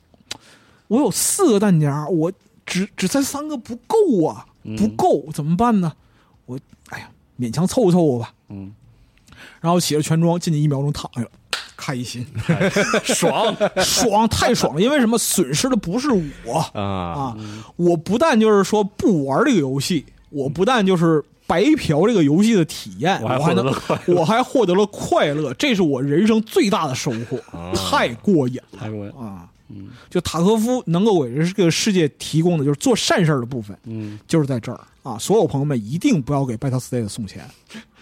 C: 我有四个弹夹，我只只才三个不够啊，
B: 嗯
C: 不够怎么办呢？我哎呀，勉强凑合凑合吧。
B: 嗯，
C: 然后起了全装，进去一秒钟躺下了，开心， [laughs]
B: 爽，
C: 爽，太爽了！因为什么？损失的不是我
A: 啊，
C: 啊，
B: 嗯
C: 我不但就是说不玩这个游戏，我不但就是白嫖这个游戏的体验，
B: 我
C: 我
B: 还
C: 还
B: 获得
C: 能
B: 了快，
C: 我还获得了快乐，这是我人生最大的收获，
B: 啊
C: 太过瘾了。
B: 太过瘾，
C: 啊，
B: 嗯
C: 就塔科夫能够给这个世界提供的就是做善事儿的部分，
B: 嗯，
C: 就是在这儿啊。所有朋友们一定不要给 Battle State 送钱
B: [laughs]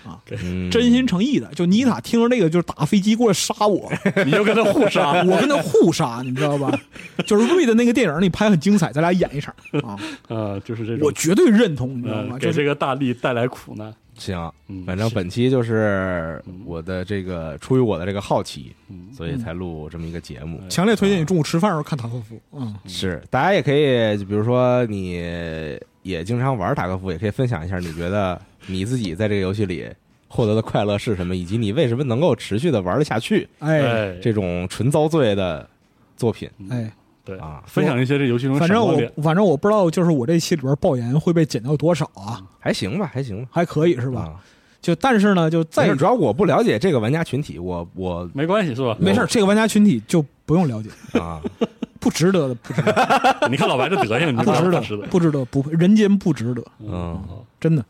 C: 啊，真心诚意的。就妮塔听着这个，就是打飞机过来
B: [laughs]
C: 杀我，
B: 你就跟他
C: [laughs]
B: 互杀，
C: 我跟他互杀，你知道吧？
B: [laughs]
C: 就是瑞的那个电影里拍很精彩，咱俩演一场啊，
B: 啊，就是这种
C: 我，绝对认同，你知道
B: 嗯，
C: 吗？
B: 给
C: 就是
B: 这个大力带来苦难，
A: 行
B: 嗯，
A: 反正
B: 是
A: 本期就是我的这个出于我的这个好奇，
B: 嗯哎
A: 所以才录这么一个节目。
C: 强烈推荐你中午吃饭的时候看塔科夫，嗯，
A: 是，大家也可以，就比如说你也经常玩塔科夫，也可以分享一下你觉得你自己在这个游戏里获得的快乐是什么，以及你为什么能够持续的玩得下去
C: 哎
B: 哎，
A: 这种纯遭罪的作品
C: 哎，
B: 对
A: 啊
B: 分享一些这游戏中嗯
C: 反
B: 闪
C: 正
B: 光
C: 我
B: 点，
C: 反正我不知道，就是我这期里边爆言会被剪掉多少啊？
A: 还行吧，还行吧，
C: 还可以是
A: 是
B: 啊
C: 吧？？就但是呢，就
A: 但
C: 再
A: 是主要我不了解这个玩家群体，我我
B: 没关系是吧？
C: 没事儿，这个玩家群体就不用了解，
A: 啊，
C: [laughs] 不值得的，不值得，
B: 你看老白这德行，你
C: 不值
B: 知
C: 得，
B: 道值得，
C: 不值得，不人间不值得，
A: 嗯，
C: 真的。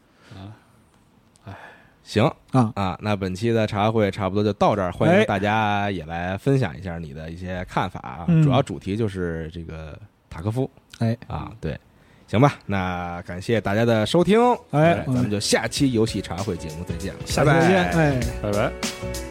A: 行
C: 啊
A: 啊，那本期的茶话会差不多就到这儿，欢
C: 哎
A: 迎大家也来分享一下你的一些看法啊。
C: 嗯
A: 主要主题就是这个塔科夫
C: 哎
A: 啊，对，行吧，那感谢大家的收听，
C: 哎
A: 咱们就下期游戏茶话会节目再见，
C: 下次再见，
A: 拜拜
C: 哎。
B: 拜拜。
C: 拜拜。